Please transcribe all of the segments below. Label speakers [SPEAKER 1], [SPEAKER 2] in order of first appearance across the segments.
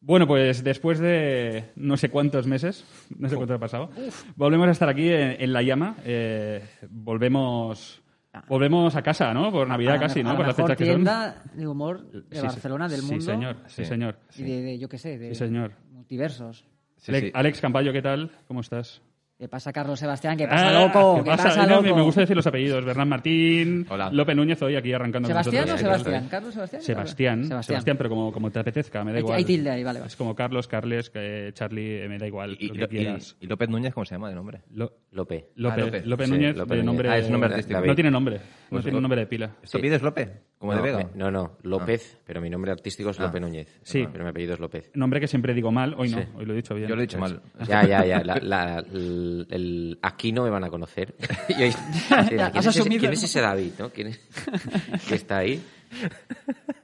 [SPEAKER 1] Bueno, pues después de no sé cuántos meses, no sé cuánto ha pasado, volvemos a estar aquí en, en La Llama. eh, volvemos, volvemos a casa, ¿no? Por Navidad
[SPEAKER 2] la
[SPEAKER 1] casi,
[SPEAKER 2] me-
[SPEAKER 1] ¿no?
[SPEAKER 2] Ah. a
[SPEAKER 1] Por
[SPEAKER 2] la
[SPEAKER 1] las
[SPEAKER 2] mejor
[SPEAKER 1] fechas que son.
[SPEAKER 2] tienda de humor de
[SPEAKER 1] Sí, sí.
[SPEAKER 2] Barcelona, del mundo.
[SPEAKER 1] Sí, señor. Sí,
[SPEAKER 3] Sí.
[SPEAKER 1] señor.
[SPEAKER 2] Y de, de, yo qué sé, de
[SPEAKER 1] Sí, señor.
[SPEAKER 2] multiversos.
[SPEAKER 3] Sí,
[SPEAKER 1] Ale-
[SPEAKER 3] sí.
[SPEAKER 1] Alex Campayo, ¿qué tal? ¿Cómo estás?
[SPEAKER 2] ¿Qué pasa, Carlos Sebastián? ¿Qué pasa,
[SPEAKER 1] Ah,
[SPEAKER 2] loco?
[SPEAKER 1] ¿qué pasa? No,
[SPEAKER 2] loco?
[SPEAKER 1] me- Me gusta decir los apellidos. Bernán Martín,
[SPEAKER 3] Hola.
[SPEAKER 1] López Núñez, hoy aquí arrancando con
[SPEAKER 2] ¿Sebastián o
[SPEAKER 1] nosotros. eh,
[SPEAKER 2] Sebastián? ¿Carlos Sebastián?
[SPEAKER 1] Sebastián, Sebastián, pero como, como te apetezca, me da
[SPEAKER 2] Hay-
[SPEAKER 1] igual.
[SPEAKER 2] hay tilde ahí, vale, vale.
[SPEAKER 1] Es como Carlos, Carles, que- Charlie, eh, me da igual,
[SPEAKER 3] Y,
[SPEAKER 1] lo
[SPEAKER 3] y-
[SPEAKER 1] que quieras.
[SPEAKER 3] y- y López Núñez, ¿cómo se llama de nombre?
[SPEAKER 1] Lo-
[SPEAKER 4] Lope.
[SPEAKER 1] López,
[SPEAKER 3] Ah, López.
[SPEAKER 1] López
[SPEAKER 3] Sí,
[SPEAKER 1] Núñez,
[SPEAKER 4] López
[SPEAKER 1] de
[SPEAKER 4] Núñez.
[SPEAKER 1] nombre,
[SPEAKER 3] Ah, es un nombre artístico.
[SPEAKER 1] No tiene nombre, no
[SPEAKER 3] Pues
[SPEAKER 1] tiene
[SPEAKER 3] lo-
[SPEAKER 1] nombre de pila.
[SPEAKER 3] ¿Esto
[SPEAKER 4] Sí.
[SPEAKER 3] pides López? Como
[SPEAKER 4] no,
[SPEAKER 3] de Vega.
[SPEAKER 4] me- no, no, López, pero mi nombre artístico es López Núñez.
[SPEAKER 1] Sí.
[SPEAKER 4] Pero mi apellido es López.
[SPEAKER 1] Nombre que siempre digo mal, hoy no,
[SPEAKER 4] Sí.
[SPEAKER 1] hoy lo he dicho bien.
[SPEAKER 3] Yo lo he dicho mal.
[SPEAKER 4] Ya, ya, ya. la- la- el- el- aquí no me van a conocer. Y ahí- ¿quién,
[SPEAKER 2] has
[SPEAKER 4] es ese,
[SPEAKER 2] asumido,
[SPEAKER 4] quién
[SPEAKER 2] ¿no?
[SPEAKER 4] es ese David? ¿no? ¿Quién es- que está ahí?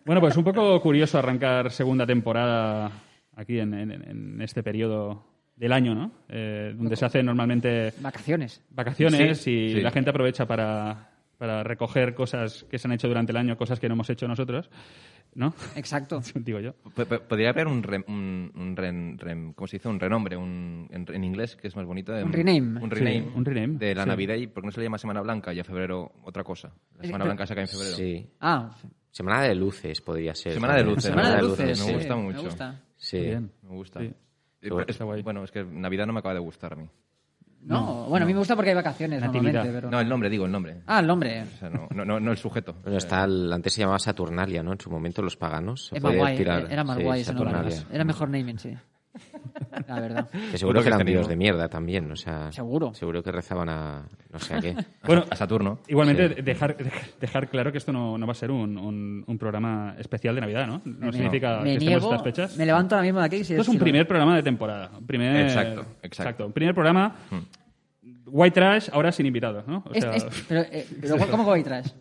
[SPEAKER 1] Bueno, pues un poco curioso arrancar segunda temporada aquí en, en- en este periodo del año, ¿no? Eh, donde se hacen normalmente
[SPEAKER 2] Vacaciones.
[SPEAKER 1] vacaciones
[SPEAKER 3] Sí,
[SPEAKER 1] y
[SPEAKER 3] sí.
[SPEAKER 1] la gente aprovecha para, para recoger cosas que se han hecho durante el año, cosas que no hemos hecho nosotros, ¿no?
[SPEAKER 2] Exacto.
[SPEAKER 1] Digo yo.
[SPEAKER 3] P- p- Podría haber un, rem- un, un ren- rem- ¿cómo se dice? Un renombre, un, en, en inglés que es más bonito. em,
[SPEAKER 2] Un rename.
[SPEAKER 3] Un rename.
[SPEAKER 1] Sí, un rename,
[SPEAKER 3] De la
[SPEAKER 1] sí.
[SPEAKER 3] Navidad y porque no se le llama Semana Blanca y a febrero otra cosa. La Semana Blanca se cae en febrero.
[SPEAKER 4] Sí.
[SPEAKER 2] Ah,
[SPEAKER 4] Semana de luces podría ser.
[SPEAKER 3] Semana de
[SPEAKER 4] también.
[SPEAKER 3] luces.
[SPEAKER 2] Semana de Luces.
[SPEAKER 3] Me
[SPEAKER 2] sí,
[SPEAKER 3] gusta mucho.
[SPEAKER 2] Me gusta.
[SPEAKER 4] Sí.
[SPEAKER 1] Muy bien.
[SPEAKER 3] Me gusta.
[SPEAKER 1] Sí.
[SPEAKER 3] Eh,
[SPEAKER 4] Está guay.
[SPEAKER 3] es- bueno, es que Navidad no me acaba de gustar a mí.
[SPEAKER 2] No, bueno, a mí me gusta porque hay vacaciones
[SPEAKER 1] Natividad.
[SPEAKER 2] normalmente. Pero...
[SPEAKER 3] No, el nombre, digo, el nombre.
[SPEAKER 2] Ah, el nombre.
[SPEAKER 3] O sea, no, no, no, no el sujeto.
[SPEAKER 4] Bueno, está el- antes se llamaba Saturnalia, ¿no? En su momento los paganos. se
[SPEAKER 2] Es más
[SPEAKER 4] podía
[SPEAKER 2] guay, eh,
[SPEAKER 4] tirar-
[SPEAKER 2] era más
[SPEAKER 4] sí,
[SPEAKER 2] guay ese nombre.
[SPEAKER 4] Saturnalia.
[SPEAKER 2] Era mejor naming, sí. La
[SPEAKER 1] Ah,
[SPEAKER 2] verdad.
[SPEAKER 4] Que seguro
[SPEAKER 3] Otro
[SPEAKER 4] que eran
[SPEAKER 3] cristianismo.
[SPEAKER 4] dios de mierda también, o sea...
[SPEAKER 2] Seguro.
[SPEAKER 4] Seguro que rezaban a... no sé a qué.
[SPEAKER 1] Bueno,
[SPEAKER 3] A Saturno.
[SPEAKER 1] Igualmente, dejar, dejar claro que esto no, no va a ser un, un- un programa especial de Navidad, ¿no? No
[SPEAKER 2] Me-
[SPEAKER 1] significa
[SPEAKER 2] me
[SPEAKER 1] que estemos
[SPEAKER 2] niego,
[SPEAKER 1] estas fechas.
[SPEAKER 2] Me levanto ahora mismo de aquí. y si
[SPEAKER 1] Esto es un
[SPEAKER 2] si lo-
[SPEAKER 1] primer programa de temporada. un primer-
[SPEAKER 3] Exacto, exacto.
[SPEAKER 1] Un primer programa White Trash, ahora sin invitados, ¿no? O
[SPEAKER 2] Hmm. Es-
[SPEAKER 1] sea,
[SPEAKER 2] es- pero, eh, pero ¿cómo que voy atrás?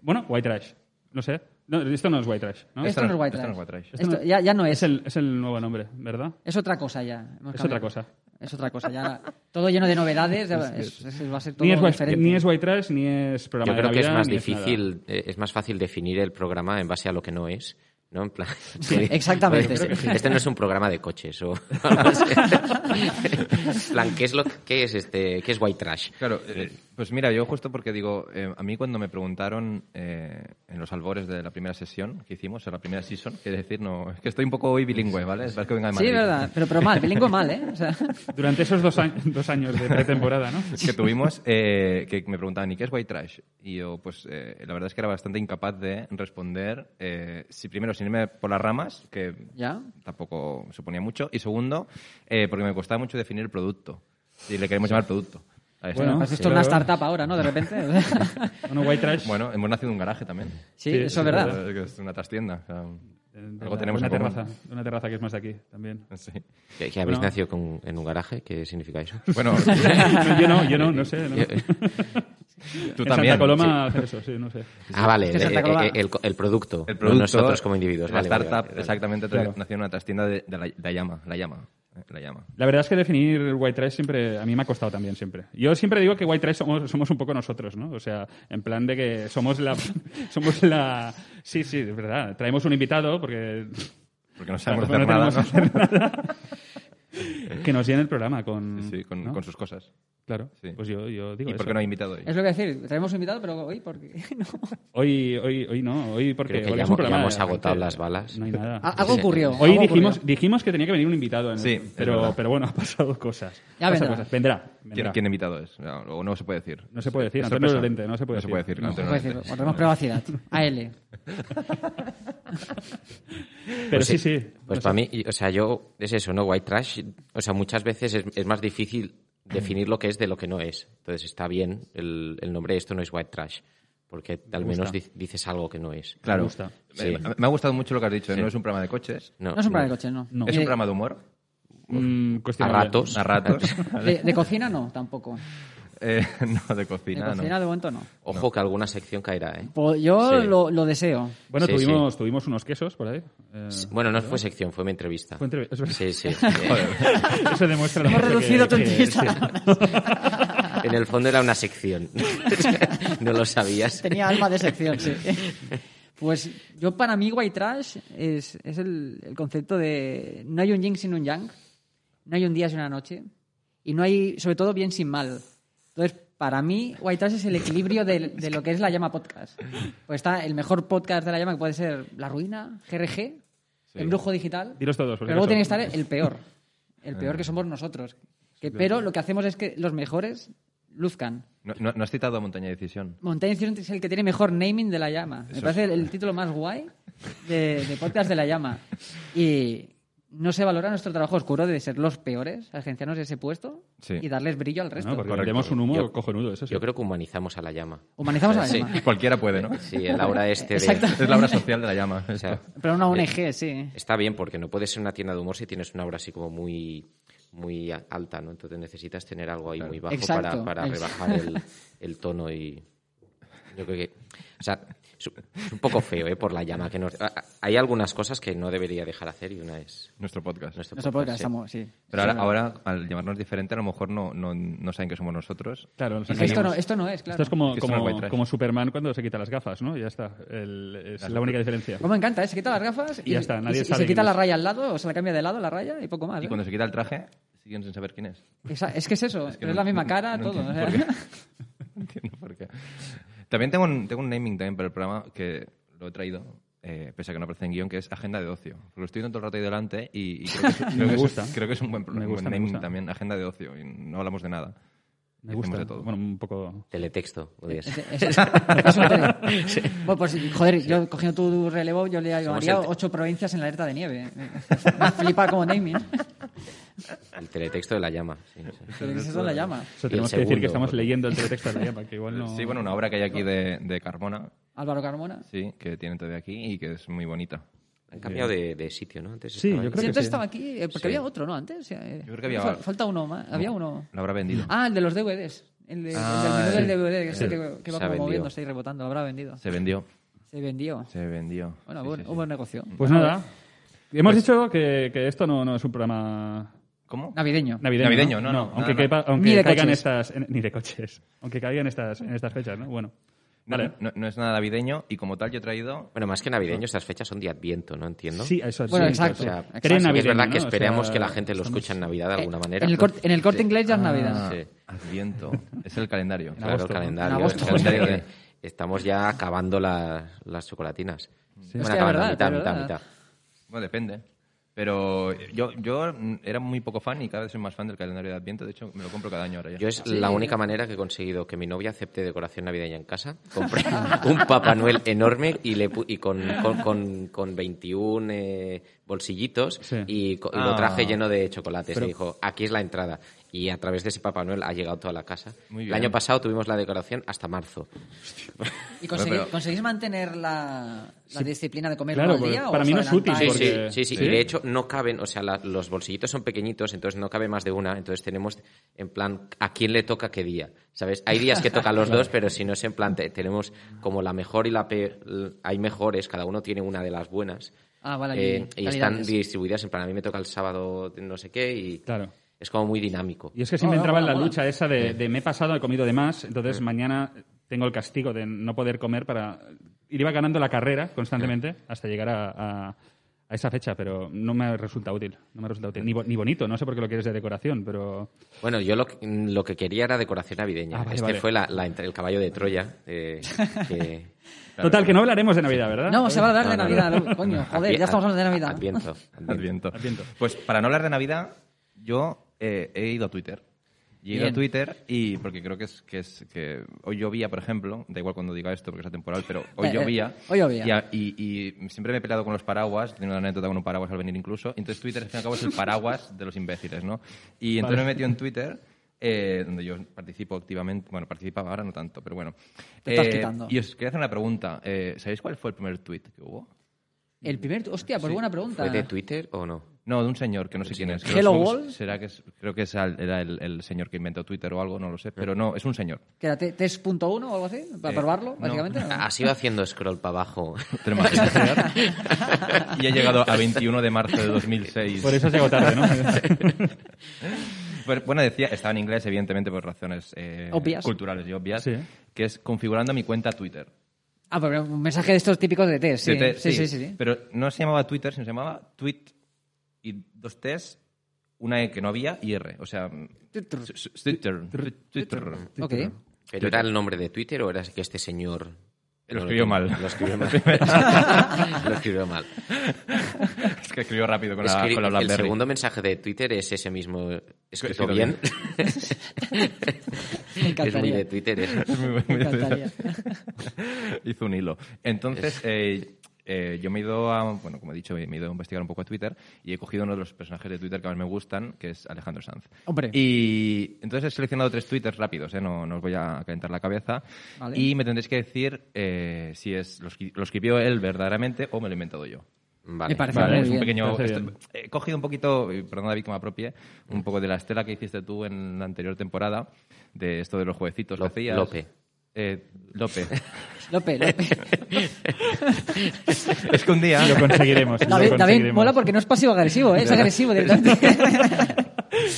[SPEAKER 1] Bueno, White Trash. No sé. No, esto no es White Trash, ¿no?
[SPEAKER 2] Esto no es white
[SPEAKER 3] esto
[SPEAKER 2] trash.
[SPEAKER 3] no es white trash.
[SPEAKER 2] Esto
[SPEAKER 1] no-
[SPEAKER 2] ya, ya no es.
[SPEAKER 1] Es el, es el nuevo nombre, ¿verdad?
[SPEAKER 2] Es otra cosa ya. Hemos
[SPEAKER 1] Es
[SPEAKER 2] cambiado.
[SPEAKER 1] otra cosa.
[SPEAKER 2] Es otra cosa ya. Todo lleno de novedades. ya- es- es- va a ser todo
[SPEAKER 1] Ni es, white,
[SPEAKER 2] diferente.
[SPEAKER 1] ni es White Trash, ni es programa
[SPEAKER 4] Yo creo
[SPEAKER 1] de
[SPEAKER 4] que es
[SPEAKER 1] Navidad,
[SPEAKER 4] más
[SPEAKER 1] ni es nada.
[SPEAKER 4] difícil, eh, es más fácil definir el programa en base a lo que no es, ¿no? En plan...
[SPEAKER 2] exactamente.
[SPEAKER 4] Este, este no es un programa de coches o algo así. En plan, ¿qué es, lo, qué es este? ¿Qué es white trash?
[SPEAKER 3] Claro, eh, pues mira, yo justo porque digo, eh, a mí cuando me preguntaron eh, en los albores de la primera sesión que hicimos, o la primera season, quiere decir, no, es que estoy un poco hoy bilingüe, ¿vale? Es verdad que venga de
[SPEAKER 2] Sí,
[SPEAKER 3] Madrid.
[SPEAKER 2] verdad. Pero, pero mal. Bilingüe mal, ¿eh? O sea,
[SPEAKER 1] Durante esos dos, a- dos años de pretemporada, ¿no?
[SPEAKER 3] que tuvimos, eh, que me preguntaban, ¿y qué es white trash? Y yo, pues, eh, la verdad es que era bastante incapaz de responder, eh, si primero, sin irme por las ramas, que
[SPEAKER 2] ya.
[SPEAKER 3] tampoco suponía mucho, y segundo, eh, porque me costaba mucho definir el producto, y le queremos llamar producto. A esto.
[SPEAKER 1] Bueno,
[SPEAKER 3] Bueno,
[SPEAKER 2] Pues
[SPEAKER 1] sí,
[SPEAKER 2] esto es una
[SPEAKER 1] claro.
[SPEAKER 2] startup ahora, ¿no? De repente.
[SPEAKER 1] Bueno, White Trash.
[SPEAKER 3] hemos nacido en un garaje también.
[SPEAKER 1] Sí,
[SPEAKER 2] sí, eso
[SPEAKER 1] sí,
[SPEAKER 2] es verdad.
[SPEAKER 3] Es que Es una trastienda. o sea,
[SPEAKER 1] de- de
[SPEAKER 3] Algo
[SPEAKER 1] la-
[SPEAKER 3] tenemos
[SPEAKER 1] una
[SPEAKER 3] en común.
[SPEAKER 1] terraza, una terraza que es más de aquí también.
[SPEAKER 3] Sí.
[SPEAKER 4] ¿Que, que habéis
[SPEAKER 1] Bueno.
[SPEAKER 4] nacido con- en un garaje? ¿Qué significa eso?
[SPEAKER 3] Bueno,
[SPEAKER 1] No, yo no, yo no, no sé. no.
[SPEAKER 3] eh, tú
[SPEAKER 1] en
[SPEAKER 3] también.
[SPEAKER 1] Santa Coloma hacen eso, sí, no sé.
[SPEAKER 4] Ah, vale,
[SPEAKER 2] Es que
[SPEAKER 4] eh,
[SPEAKER 2] Santa
[SPEAKER 4] eh,
[SPEAKER 2] Coloma-
[SPEAKER 4] el, el producto.
[SPEAKER 3] El
[SPEAKER 4] no
[SPEAKER 3] producto.
[SPEAKER 4] Nosotros como individuos.
[SPEAKER 3] La
[SPEAKER 4] Vale, vale,
[SPEAKER 3] startup,
[SPEAKER 4] vale, vale.
[SPEAKER 3] exactamente,
[SPEAKER 1] Claro.
[SPEAKER 3] nació en una trastienda de, de la, la llama. La llama. eh, La llama.
[SPEAKER 1] La verdad es que definir white trash siempre a mí me ha costado también siempre. Yo siempre digo que white trash somos, somos un poco nosotros, ¿no? O sea, en plan de que somos la somos la sí, sí, es verdad. Traemos un invitado porque
[SPEAKER 3] Porque no sabemos
[SPEAKER 1] Claro,
[SPEAKER 3] hacer
[SPEAKER 1] no
[SPEAKER 3] nada.
[SPEAKER 1] tenemos
[SPEAKER 3] ¿no?
[SPEAKER 1] que nos llena el programa con
[SPEAKER 3] Sí, con,
[SPEAKER 1] ¿no?
[SPEAKER 3] con sus cosas.
[SPEAKER 1] Claro.
[SPEAKER 3] sí.
[SPEAKER 1] Pues yo yo digo
[SPEAKER 3] ¿Y por
[SPEAKER 1] eso.
[SPEAKER 3] qué no ha invitado hoy?
[SPEAKER 2] Es lo que decir. Traemos un invitado, pero hoy, porque no.
[SPEAKER 1] Hoy hoy hoy no, hoy porque
[SPEAKER 4] Creo que
[SPEAKER 1] hoy
[SPEAKER 4] ya
[SPEAKER 1] es un
[SPEAKER 4] hemo- ya
[SPEAKER 1] programa
[SPEAKER 4] hemos
[SPEAKER 1] de-
[SPEAKER 4] agotado las balas.
[SPEAKER 1] No hay nada.
[SPEAKER 2] A- Ah, Algo ocurrió.
[SPEAKER 1] Hoy
[SPEAKER 2] algo
[SPEAKER 1] dijimos,
[SPEAKER 2] ocurrió.
[SPEAKER 1] dijimos que tenía que venir un invitado, en
[SPEAKER 3] Sí,
[SPEAKER 1] el-
[SPEAKER 3] es
[SPEAKER 1] pero,
[SPEAKER 3] verdad.
[SPEAKER 1] pero bueno, ha pasado cosas.
[SPEAKER 2] Ya
[SPEAKER 1] Pasa
[SPEAKER 2] vendrá.
[SPEAKER 1] cosas. vendrá.
[SPEAKER 3] ¿Quién,
[SPEAKER 1] vendrá.
[SPEAKER 3] quién invitado es? No, o no se puede decir.
[SPEAKER 1] No se puede decir,
[SPEAKER 3] Es
[SPEAKER 1] Antonio
[SPEAKER 3] sorpresa.
[SPEAKER 1] Lorente, no se puede
[SPEAKER 3] No se puede decir. Antonio
[SPEAKER 2] Puedo decir,
[SPEAKER 3] Lorente.
[SPEAKER 2] guardemos privacidad. AL.
[SPEAKER 1] Pero sí, sí.
[SPEAKER 4] Pues para mí, y- o sea, yo, es eso, ¿no? White trash, o sea, muchas veces es, es más difícil definir lo que es de lo que no es. Entonces está bien el, el nombre, esto no es white trash, porque al menos di- dices algo que no es.
[SPEAKER 3] Claro.
[SPEAKER 1] gusta.
[SPEAKER 3] Eh,
[SPEAKER 4] Sí.
[SPEAKER 3] Me, me ha gustado mucho lo que has dicho. ¿eh? No es un programa de coches.
[SPEAKER 4] No,
[SPEAKER 2] No es un programa de coche, no. Eh,
[SPEAKER 1] No.
[SPEAKER 3] Es
[SPEAKER 2] Ni de-
[SPEAKER 3] un programa de humor.
[SPEAKER 1] Mm,
[SPEAKER 4] A
[SPEAKER 1] cuestionable.
[SPEAKER 4] ratos.
[SPEAKER 3] A ratos.
[SPEAKER 2] De, de cocina no, tampoco. De
[SPEAKER 3] Eh, no, de cocina. no.
[SPEAKER 2] cocina de momento no.
[SPEAKER 4] Ojo que alguna sección caerá, ¿eh?
[SPEAKER 2] Po- Yo
[SPEAKER 4] Sí.
[SPEAKER 2] lo, lo deseo.
[SPEAKER 1] Bueno,
[SPEAKER 4] Sí,
[SPEAKER 1] tuvimos, tuvimos unos quesos por ahí. Eh,
[SPEAKER 4] Bueno, no fue sección, fue mi entrevista.
[SPEAKER 1] fue entrev- es verdad.
[SPEAKER 4] Sí, sí.
[SPEAKER 1] Eso demuestra lo
[SPEAKER 2] Hemos
[SPEAKER 1] mucho que-
[SPEAKER 2] reducido tu
[SPEAKER 1] que-
[SPEAKER 2] entrevista.
[SPEAKER 4] en el fondo era una sección. no lo sabías.
[SPEAKER 2] Tenía alma de sección, sí. Pues yo para mí White Trash es, es el, el concepto de no hay un yin sin un yang, no hay un día sin una noche y no hay, sobre todo, bien sin mal. Entonces, para mí White Trash es el equilibrio de, de lo que es la llama podcast. Pues está el mejor podcast de la llama que puede ser La Ruina, GRG, El Brujo Digital.
[SPEAKER 1] Dilos todos, porque
[SPEAKER 2] Pero luego
[SPEAKER 1] no
[SPEAKER 2] tiene que
[SPEAKER 1] son.
[SPEAKER 2] estar el peor, el peor que somos nosotros. Que- pero lo que hacemos es que los mejores luzcan.
[SPEAKER 3] No, no- no has citado a Montaña de Decisión.
[SPEAKER 2] Montaña Incidente es el que tiene mejor naming de la llama. Me parece el, el título más guay de, de podcast de la llama. Y no se valora nuestro trabajo oscuro de ser los peores, agenciarnos de ese puesto
[SPEAKER 3] Sí.
[SPEAKER 2] y darles brillo al resto.
[SPEAKER 1] No, porque
[SPEAKER 3] Correcto.
[SPEAKER 1] tenemos un humo
[SPEAKER 4] Yo-
[SPEAKER 1] cojonudo, eso sí.
[SPEAKER 4] Yo creo que humanizamos a la llama.
[SPEAKER 2] Humanizamos a la
[SPEAKER 4] Sí.
[SPEAKER 2] llama.
[SPEAKER 3] Cualquiera puede, ¿no?
[SPEAKER 4] Sí, el aura este
[SPEAKER 2] Exacto.
[SPEAKER 4] de...
[SPEAKER 3] Es la obra social de la llama.
[SPEAKER 4] o sea,
[SPEAKER 2] Pero una
[SPEAKER 4] eh,
[SPEAKER 2] ONG, E sí.
[SPEAKER 4] Está bien, porque no puedes ser una tienda de humor si tienes una obra así como muy, muy a- alta, ¿no? Entonces necesitas tener algo ahí muy bajo
[SPEAKER 2] Exacto,
[SPEAKER 4] para, para
[SPEAKER 2] ex-
[SPEAKER 4] rebajar el, el tono y... Yo creo que... O sea, es un- es un poco feo, ¿eh? Por la llama que nos... a- a- Hay algunas cosas que no debería dejar hacer y una es...
[SPEAKER 3] Nuestro podcast.
[SPEAKER 4] nuestro
[SPEAKER 2] Nosotros podcast
[SPEAKER 4] sí.
[SPEAKER 2] estamos, sí.
[SPEAKER 3] Pero ahora, ahora, al llamarnos diferente, a lo mejor no, no, no saben que somos nosotros.
[SPEAKER 1] Claro, nos
[SPEAKER 2] Es que esto, no,
[SPEAKER 1] engañamos.
[SPEAKER 2] esto no es, claro.
[SPEAKER 1] Esto es como,
[SPEAKER 3] Que son los white
[SPEAKER 1] como,
[SPEAKER 3] trash.
[SPEAKER 1] como Superman cuando se quita las gafas, ¿no? Ya está. El- es la única diferencia.
[SPEAKER 2] Cómo me encanta, ¿eh? Se quita las gafas y,
[SPEAKER 1] Y ya está, nadie
[SPEAKER 2] y se- y
[SPEAKER 1] sabe
[SPEAKER 2] se
[SPEAKER 1] quién
[SPEAKER 2] quita la
[SPEAKER 1] es.
[SPEAKER 2] raya al lado o se la cambia de lado la raya y poco más.
[SPEAKER 3] Y
[SPEAKER 2] ¿eh?
[SPEAKER 3] cuando se quita el traje, siguen sin saber quién es.
[SPEAKER 2] Esa- Es que es eso, pero es la
[SPEAKER 3] no-
[SPEAKER 2] misma
[SPEAKER 3] no-
[SPEAKER 2] cara,
[SPEAKER 3] no
[SPEAKER 2] todo. o
[SPEAKER 3] entiendo
[SPEAKER 1] ¿eh?
[SPEAKER 2] sea.
[SPEAKER 3] por qué. No entiendo por qué. También tengo un, tengo un naming también para el programa que lo he traído, eh, pese a que no aparece en guión, que es Agenda de Ocio. Lo estoy viendo todo el rato ahí delante y, y creo, que es, creo que es-
[SPEAKER 1] gusta.
[SPEAKER 3] creo que es un buen, pro-
[SPEAKER 1] Me
[SPEAKER 3] un buen
[SPEAKER 1] gusta, me
[SPEAKER 3] naming
[SPEAKER 1] gusta.
[SPEAKER 3] también, Agenda de Ocio. Y no hablamos de nada.
[SPEAKER 1] Me
[SPEAKER 3] Y
[SPEAKER 1] gusta.
[SPEAKER 3] hacemos de todo.
[SPEAKER 1] Bueno, un poco...
[SPEAKER 4] Teletexto, podría ser.
[SPEAKER 2] Ese- ese- eso lo tengo. Bueno, pues, joder, yo cogiendo tu relevo, yo le llamaría
[SPEAKER 4] el-
[SPEAKER 2] ocho provincias en la alerta de nieve. Me flipa como naming.
[SPEAKER 4] El teletexto de la llama. sí, sí.
[SPEAKER 2] Pero que eso la llama.
[SPEAKER 1] Eso
[SPEAKER 4] Y el
[SPEAKER 1] tenemos que decir que
[SPEAKER 4] segundo,
[SPEAKER 1] estamos
[SPEAKER 4] porque-
[SPEAKER 1] leyendo el teletexto de la llama, que igual no...
[SPEAKER 3] Sí, bueno, una obra que hay aquí de, de Carmona,
[SPEAKER 2] Álvaro Carmona.
[SPEAKER 3] sí, que tienen todavía aquí y que es muy bonita.
[SPEAKER 4] Han cambiado de, de sitio, ¿no? Antes
[SPEAKER 1] Sí,
[SPEAKER 4] estaba
[SPEAKER 1] yo
[SPEAKER 4] en-
[SPEAKER 1] creo que
[SPEAKER 2] Siempre
[SPEAKER 1] sí.
[SPEAKER 2] estaba aquí, eh, porque
[SPEAKER 4] Sí.
[SPEAKER 2] había otro, ¿no? Antes. eh,
[SPEAKER 3] Yo creo que había-
[SPEAKER 2] fal- Falta uno más. Había uno.
[SPEAKER 3] La habrá vendido.
[SPEAKER 2] Ah, el de los DVDs. El, de- el
[SPEAKER 3] Ah,
[SPEAKER 2] del menú
[SPEAKER 3] sí.
[SPEAKER 2] del DVD, que, es el que, que va
[SPEAKER 4] Se
[SPEAKER 2] como
[SPEAKER 4] ha vendido.
[SPEAKER 2] moviéndose y rebotando. Habrá vendido.
[SPEAKER 3] Se vendió.
[SPEAKER 2] Se vendió.
[SPEAKER 3] Se vendió.
[SPEAKER 2] Bueno,
[SPEAKER 3] Sí,
[SPEAKER 2] buen,
[SPEAKER 3] sí, sí. Mm.
[SPEAKER 2] un buen negocio.
[SPEAKER 1] Pues nada, hemos dicho que, que esto no, no es un programa
[SPEAKER 3] ¿Cómo?
[SPEAKER 2] Navideño.
[SPEAKER 1] navideño.
[SPEAKER 3] Navideño, no, no, nada
[SPEAKER 1] aunque
[SPEAKER 3] más.
[SPEAKER 1] quepa- aunque
[SPEAKER 2] Ni de
[SPEAKER 1] caigan
[SPEAKER 2] coches.
[SPEAKER 1] estas... en- ni de coches. Aunque caigan estas, en estas fechas, ¿no? Bueno.
[SPEAKER 3] No,
[SPEAKER 1] Vale.
[SPEAKER 3] no- no es nada navideño y como tal yo he traído
[SPEAKER 4] Bueno, más que navideño, estas fechas son de Adviento, ¿no? Entiendo.
[SPEAKER 1] Sí, eso
[SPEAKER 2] Bueno,
[SPEAKER 1] sí,
[SPEAKER 2] exacto,
[SPEAKER 1] O sea,
[SPEAKER 2] exacto.
[SPEAKER 1] pre-
[SPEAKER 2] Sí,
[SPEAKER 4] Sí que
[SPEAKER 1] navideño,
[SPEAKER 4] es verdad
[SPEAKER 1] ¿no?
[SPEAKER 4] que
[SPEAKER 1] O sea,
[SPEAKER 4] esperamos que la gente lo
[SPEAKER 1] estamos-
[SPEAKER 4] escuche en Navidad de alguna manera.
[SPEAKER 2] En Eh, el corte, en el corte
[SPEAKER 4] Sí.
[SPEAKER 2] inglés ya es
[SPEAKER 3] Ah,
[SPEAKER 2] Navidad.
[SPEAKER 4] Sí.
[SPEAKER 3] Adviento. Es el calendario.
[SPEAKER 4] Claro,
[SPEAKER 1] agosto, ¿no?
[SPEAKER 4] el calendario.
[SPEAKER 2] En agosto.
[SPEAKER 4] el calendario de- estamos ya acabando la- las chocolatinas.
[SPEAKER 1] Sí.
[SPEAKER 2] Hostia,
[SPEAKER 4] Bueno, acabando,
[SPEAKER 2] verdad,
[SPEAKER 4] mitad, mitad,
[SPEAKER 2] verdad.
[SPEAKER 4] mitad.
[SPEAKER 3] Bueno, depende. Pero yo, yo mm, era muy poco fan y cada vez soy más fan del calendario de Adviento. De hecho, me lo compro cada año ahora ya.
[SPEAKER 4] Yo es la única manera que he conseguido que mi novia acepte decoración navideña en casa. Compré un Papá Noel enorme y, le pu- y con, con, con- con 21 eh, bolsillitos
[SPEAKER 1] Sí.
[SPEAKER 4] y, co- y
[SPEAKER 3] Ah.
[SPEAKER 4] lo traje lleno de chocolates.
[SPEAKER 1] Pero-
[SPEAKER 4] Y dijo, aquí es la entrada. Y a través de ese Papá Noel ha llegado toda la casa.
[SPEAKER 3] Muy
[SPEAKER 4] El
[SPEAKER 3] bien.
[SPEAKER 4] año pasado tuvimos la decoración hasta marzo.
[SPEAKER 2] ¿Y consegui-
[SPEAKER 3] Bueno, pero-
[SPEAKER 2] conseguís mantener la, la disciplina de comer
[SPEAKER 1] Claro,
[SPEAKER 2] uno al
[SPEAKER 1] porque
[SPEAKER 2] día? o
[SPEAKER 1] para mí
[SPEAKER 2] os
[SPEAKER 1] no es útil,
[SPEAKER 4] Sí,
[SPEAKER 2] adelantáis?
[SPEAKER 1] porque-
[SPEAKER 4] sí, sí, sí,
[SPEAKER 1] ¿Sí?
[SPEAKER 4] Y de hecho no caben, o sea, la- los bolsillitos son pequeñitos, entonces no cabe más de una. Entonces tenemos en plan a quién le toca qué día. ¿Sabes? Hay días que toca a los dos, pero si no es en plan, te- tenemos como la mejor y la peor. Hay mejores, cada uno tiene una de las buenas.
[SPEAKER 2] Ah, vale,
[SPEAKER 4] Eh,
[SPEAKER 2] y
[SPEAKER 4] y están
[SPEAKER 2] calidades.
[SPEAKER 4] distribuidas en plan, a mí me toca el sábado no sé qué y
[SPEAKER 1] Claro.
[SPEAKER 4] es como muy dinámico.
[SPEAKER 1] Y es que siempre
[SPEAKER 2] No, no,
[SPEAKER 1] entraba
[SPEAKER 2] mola,
[SPEAKER 1] en la
[SPEAKER 2] mola.
[SPEAKER 1] lucha esa de, de me he pasado, he comido de más, entonces mañana tengo el castigo de no poder comer para... Y iba ganando la carrera constantemente hasta llegar a, a- a esa fecha, pero no me resulta útil. No me resulta útil. Ni, bo- ni bonito, no sé por qué lo quieres de decoración, pero...
[SPEAKER 4] Bueno, yo lo, que- lo que quería era decoración navideña.
[SPEAKER 1] Ah, vale,
[SPEAKER 4] este
[SPEAKER 1] vale.
[SPEAKER 4] fue la- la entra- el caballo de Troya. eh, que-
[SPEAKER 1] Total, que no hablaremos de Navidad, ¿verdad?
[SPEAKER 2] No, se va a hablar de
[SPEAKER 4] No, no,
[SPEAKER 2] Navidad,
[SPEAKER 4] no.
[SPEAKER 2] Lu, coño. Joder,
[SPEAKER 4] Advi-
[SPEAKER 2] ya estamos hablando de Navidad.
[SPEAKER 4] Adviento, adviento.
[SPEAKER 3] Adviento.
[SPEAKER 1] Adviento.
[SPEAKER 3] Pues para no hablar de Navidad, yo eh, he ido a Twitter. Y he ido
[SPEAKER 2] Bien.
[SPEAKER 3] a Twitter y porque creo que es que es que hoy llovía, por ejemplo, da igual cuando diga esto porque es atemporal, pero hoy
[SPEAKER 2] Eh, eh,
[SPEAKER 3] llovía.
[SPEAKER 2] hoy llovía.
[SPEAKER 3] Y, a- y- y siempre me he peleado con los paraguas, tengo una anécdota con un paraguas al venir incluso. Entonces Twitter al fin y al cabo es el paraguas de los imbéciles, ¿no? Y entonces me he metido en Twitter, eh, donde yo participo activamente, bueno, participaba ahora no tanto, pero bueno. Eh,
[SPEAKER 2] Te estás quitando.
[SPEAKER 3] Y os quería hacer una pregunta. Eh, ¿Sabéis cuál fue el primer tweet que hubo?
[SPEAKER 2] El primer... Hostia, pues buena pregunta.
[SPEAKER 4] ¿Fue de Twitter o no?
[SPEAKER 3] No, de un señor que no sé quién es.
[SPEAKER 2] Hello
[SPEAKER 3] Creo-
[SPEAKER 2] Wall.
[SPEAKER 3] Será que es- creo que es al- era el, el señor que inventó Twitter o algo, no lo sé. Pero no, es un señor.
[SPEAKER 2] ¿Que era te- test punto uno o algo así? ¿Para
[SPEAKER 3] Eh,
[SPEAKER 2] probarlo,
[SPEAKER 3] no.
[SPEAKER 2] básicamente? ¿no?
[SPEAKER 4] Has ido Ah, haciendo scroll para abajo.
[SPEAKER 3] Te lo imaginas, señor. y he llegado a 21 de marzo de 2006.
[SPEAKER 1] Por eso llegó tarde, ¿no?
[SPEAKER 3] Pero, bueno, decía, estaba en inglés, evidentemente, por razones eh,
[SPEAKER 2] Obvias.
[SPEAKER 3] culturales y obvias,
[SPEAKER 1] Sí.
[SPEAKER 3] que es configurando mi cuenta Twitter.
[SPEAKER 2] Ah, pero un mensaje de estos típicos de test. Sí,
[SPEAKER 3] De te-
[SPEAKER 2] sí, sí, sí, sí.
[SPEAKER 3] Pero no se llamaba Twitter, sino se llamaba tweet y dos T's, una E que no había y R. O sea,
[SPEAKER 2] Mm. Twitter.
[SPEAKER 3] s- s- Twitter. Twitter.
[SPEAKER 2] Ok.
[SPEAKER 4] ¿Pero era el nombre de Twitter o era que este señor...
[SPEAKER 3] Lo escribió
[SPEAKER 4] No,
[SPEAKER 3] mal.
[SPEAKER 4] Lo escribió mal. lo escribió mal.
[SPEAKER 3] Es que escribió rápido con la,
[SPEAKER 4] Escri-
[SPEAKER 3] con la
[SPEAKER 4] el
[SPEAKER 3] BlackBerry.
[SPEAKER 4] segundo mensaje de Twitter es ese mismo escrito
[SPEAKER 3] Escrito
[SPEAKER 4] bien.
[SPEAKER 2] Me
[SPEAKER 4] es muy de
[SPEAKER 2] encantaría.
[SPEAKER 4] Twitter. eso.
[SPEAKER 2] Me encantaría.
[SPEAKER 3] Hizo un hilo. Entonces, eh, eh, yo me he ido a, bueno, como he dicho, me he ido a investigar un poco a Twitter y he cogido uno de los personajes de Twitter que más me gustan, que es Alejandro Sanz.
[SPEAKER 2] Hombre.
[SPEAKER 3] Y entonces he seleccionado tres twitters rápidos, ¿eh? no, no os voy a calentar la cabeza.
[SPEAKER 2] Vale.
[SPEAKER 3] Y me tendréis que decir eh, si es lo escri- lo escribió él verdaderamente o me lo he inventado yo.
[SPEAKER 4] Vale.
[SPEAKER 2] Me parece
[SPEAKER 3] Vale,
[SPEAKER 2] muy
[SPEAKER 3] es un
[SPEAKER 2] bien.
[SPEAKER 3] pequeño.
[SPEAKER 1] Parece
[SPEAKER 3] esto-
[SPEAKER 1] bien.
[SPEAKER 3] he cogido un poquito, y perdón David que me apropie, un poco de la estela que hiciste tú en la anterior temporada, de esto de los jueguecitos que
[SPEAKER 4] Lo-
[SPEAKER 3] hacías.
[SPEAKER 4] Lope.
[SPEAKER 3] Eh, Lope.
[SPEAKER 2] Lope, Lope.
[SPEAKER 3] es que un día.
[SPEAKER 1] Lo conseguiremos. lo
[SPEAKER 2] David, David
[SPEAKER 1] conseguiremos.
[SPEAKER 2] mola porque no es pasivo-agresivo, ¿eh? es agresivo directamente.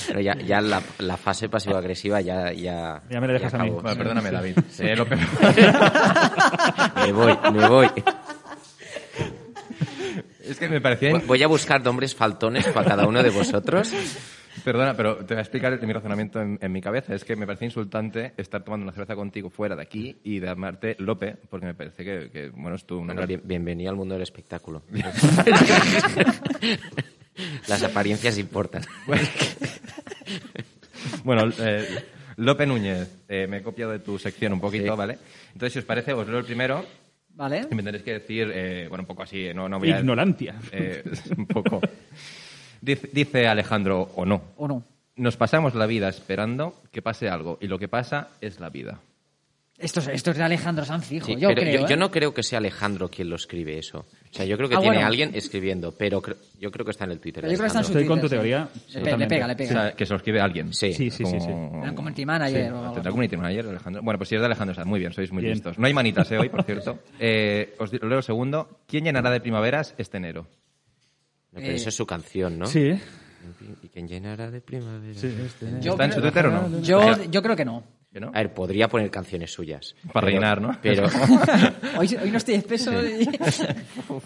[SPEAKER 4] Pero ya, ya la, la fase pasivo-agresiva ya, ya...
[SPEAKER 1] Ya me la dejas a mí.
[SPEAKER 4] acabó.
[SPEAKER 3] Bueno, perdóname, David. Eh, Lope.
[SPEAKER 4] Me voy, me voy.
[SPEAKER 3] es que me parecía. in-
[SPEAKER 4] Voy a buscar nombres faltones para cada uno de vosotros.
[SPEAKER 3] Perdona, pero te voy a explicar mi razonamiento en, en mi cabeza. Es que me parece insultante estar tomando una cerveza contigo fuera de aquí y llamarte Lope, porque me parece que, que, bueno, es tu
[SPEAKER 4] Bueno,
[SPEAKER 3] nombre.
[SPEAKER 4] bien- bienvenido al mundo del espectáculo. Las apariencias importan.
[SPEAKER 3] Bueno, eh, Lope Núñez, eh, me he copiado de tu sección un poquito,
[SPEAKER 4] Sí.
[SPEAKER 3] ¿vale? Entonces, si os parece, os leo el primero
[SPEAKER 2] Vale.
[SPEAKER 3] y me tendréis que decir, eh, bueno, un poco así, eh, no, no voy a...
[SPEAKER 1] Ignorantia.
[SPEAKER 3] eh, un poco. Dice, dice Alejandro, o no,
[SPEAKER 2] ¿O no?
[SPEAKER 3] nos pasamos la vida esperando que pase algo y lo que pasa es la vida.
[SPEAKER 2] Esto es, esto es de Alejandro Sanz, fijo.
[SPEAKER 4] Sí,
[SPEAKER 2] yo
[SPEAKER 4] pero
[SPEAKER 2] creo.
[SPEAKER 4] yo,
[SPEAKER 2] ¿eh?
[SPEAKER 4] yo no creo que sea Alejandro quien lo escribe eso. O sea, yo creo que
[SPEAKER 2] Ah,
[SPEAKER 4] tiene
[SPEAKER 2] bueno.
[SPEAKER 4] alguien escribiendo, pero cre- yo creo que está en el Twitter.
[SPEAKER 2] Pero yo creo que está en
[SPEAKER 4] Alejandro.
[SPEAKER 1] Estoy con tu
[SPEAKER 2] Sí.
[SPEAKER 1] teoría.
[SPEAKER 2] Le pe- le pega, le
[SPEAKER 1] totalmente.
[SPEAKER 2] pega.
[SPEAKER 3] O sea, que se lo escribe alguien.
[SPEAKER 4] Sí.
[SPEAKER 1] Sí, sí, sí, sí.
[SPEAKER 2] Era community manayer o algo.
[SPEAKER 3] ¿Tendrá community manager, Alejandro? Bueno, pues si es de Alejandro Sanz, muy bien, sois muy
[SPEAKER 1] Bien.
[SPEAKER 3] listos. No hay manitas eh, hoy, por cierto. Eh, os di- leo el segundo. ¿Quién llenará de primaveras este enero?
[SPEAKER 4] No, pero eso es su canción, ¿no?
[SPEAKER 1] Sí, ¿eh?
[SPEAKER 4] Y quien llenará de primavera.
[SPEAKER 1] Sí, este, ¿eh?
[SPEAKER 2] Yo
[SPEAKER 3] ¿Está en su
[SPEAKER 2] creo-
[SPEAKER 3] Twitter o no?
[SPEAKER 2] Yo, yo creo que no.
[SPEAKER 3] Que no.
[SPEAKER 4] A ver, podría poner canciones suyas.
[SPEAKER 3] Para
[SPEAKER 4] Pero-
[SPEAKER 3] rellenar, ¿no?
[SPEAKER 4] Pero,
[SPEAKER 2] Hoy, hoy no estoy espeso.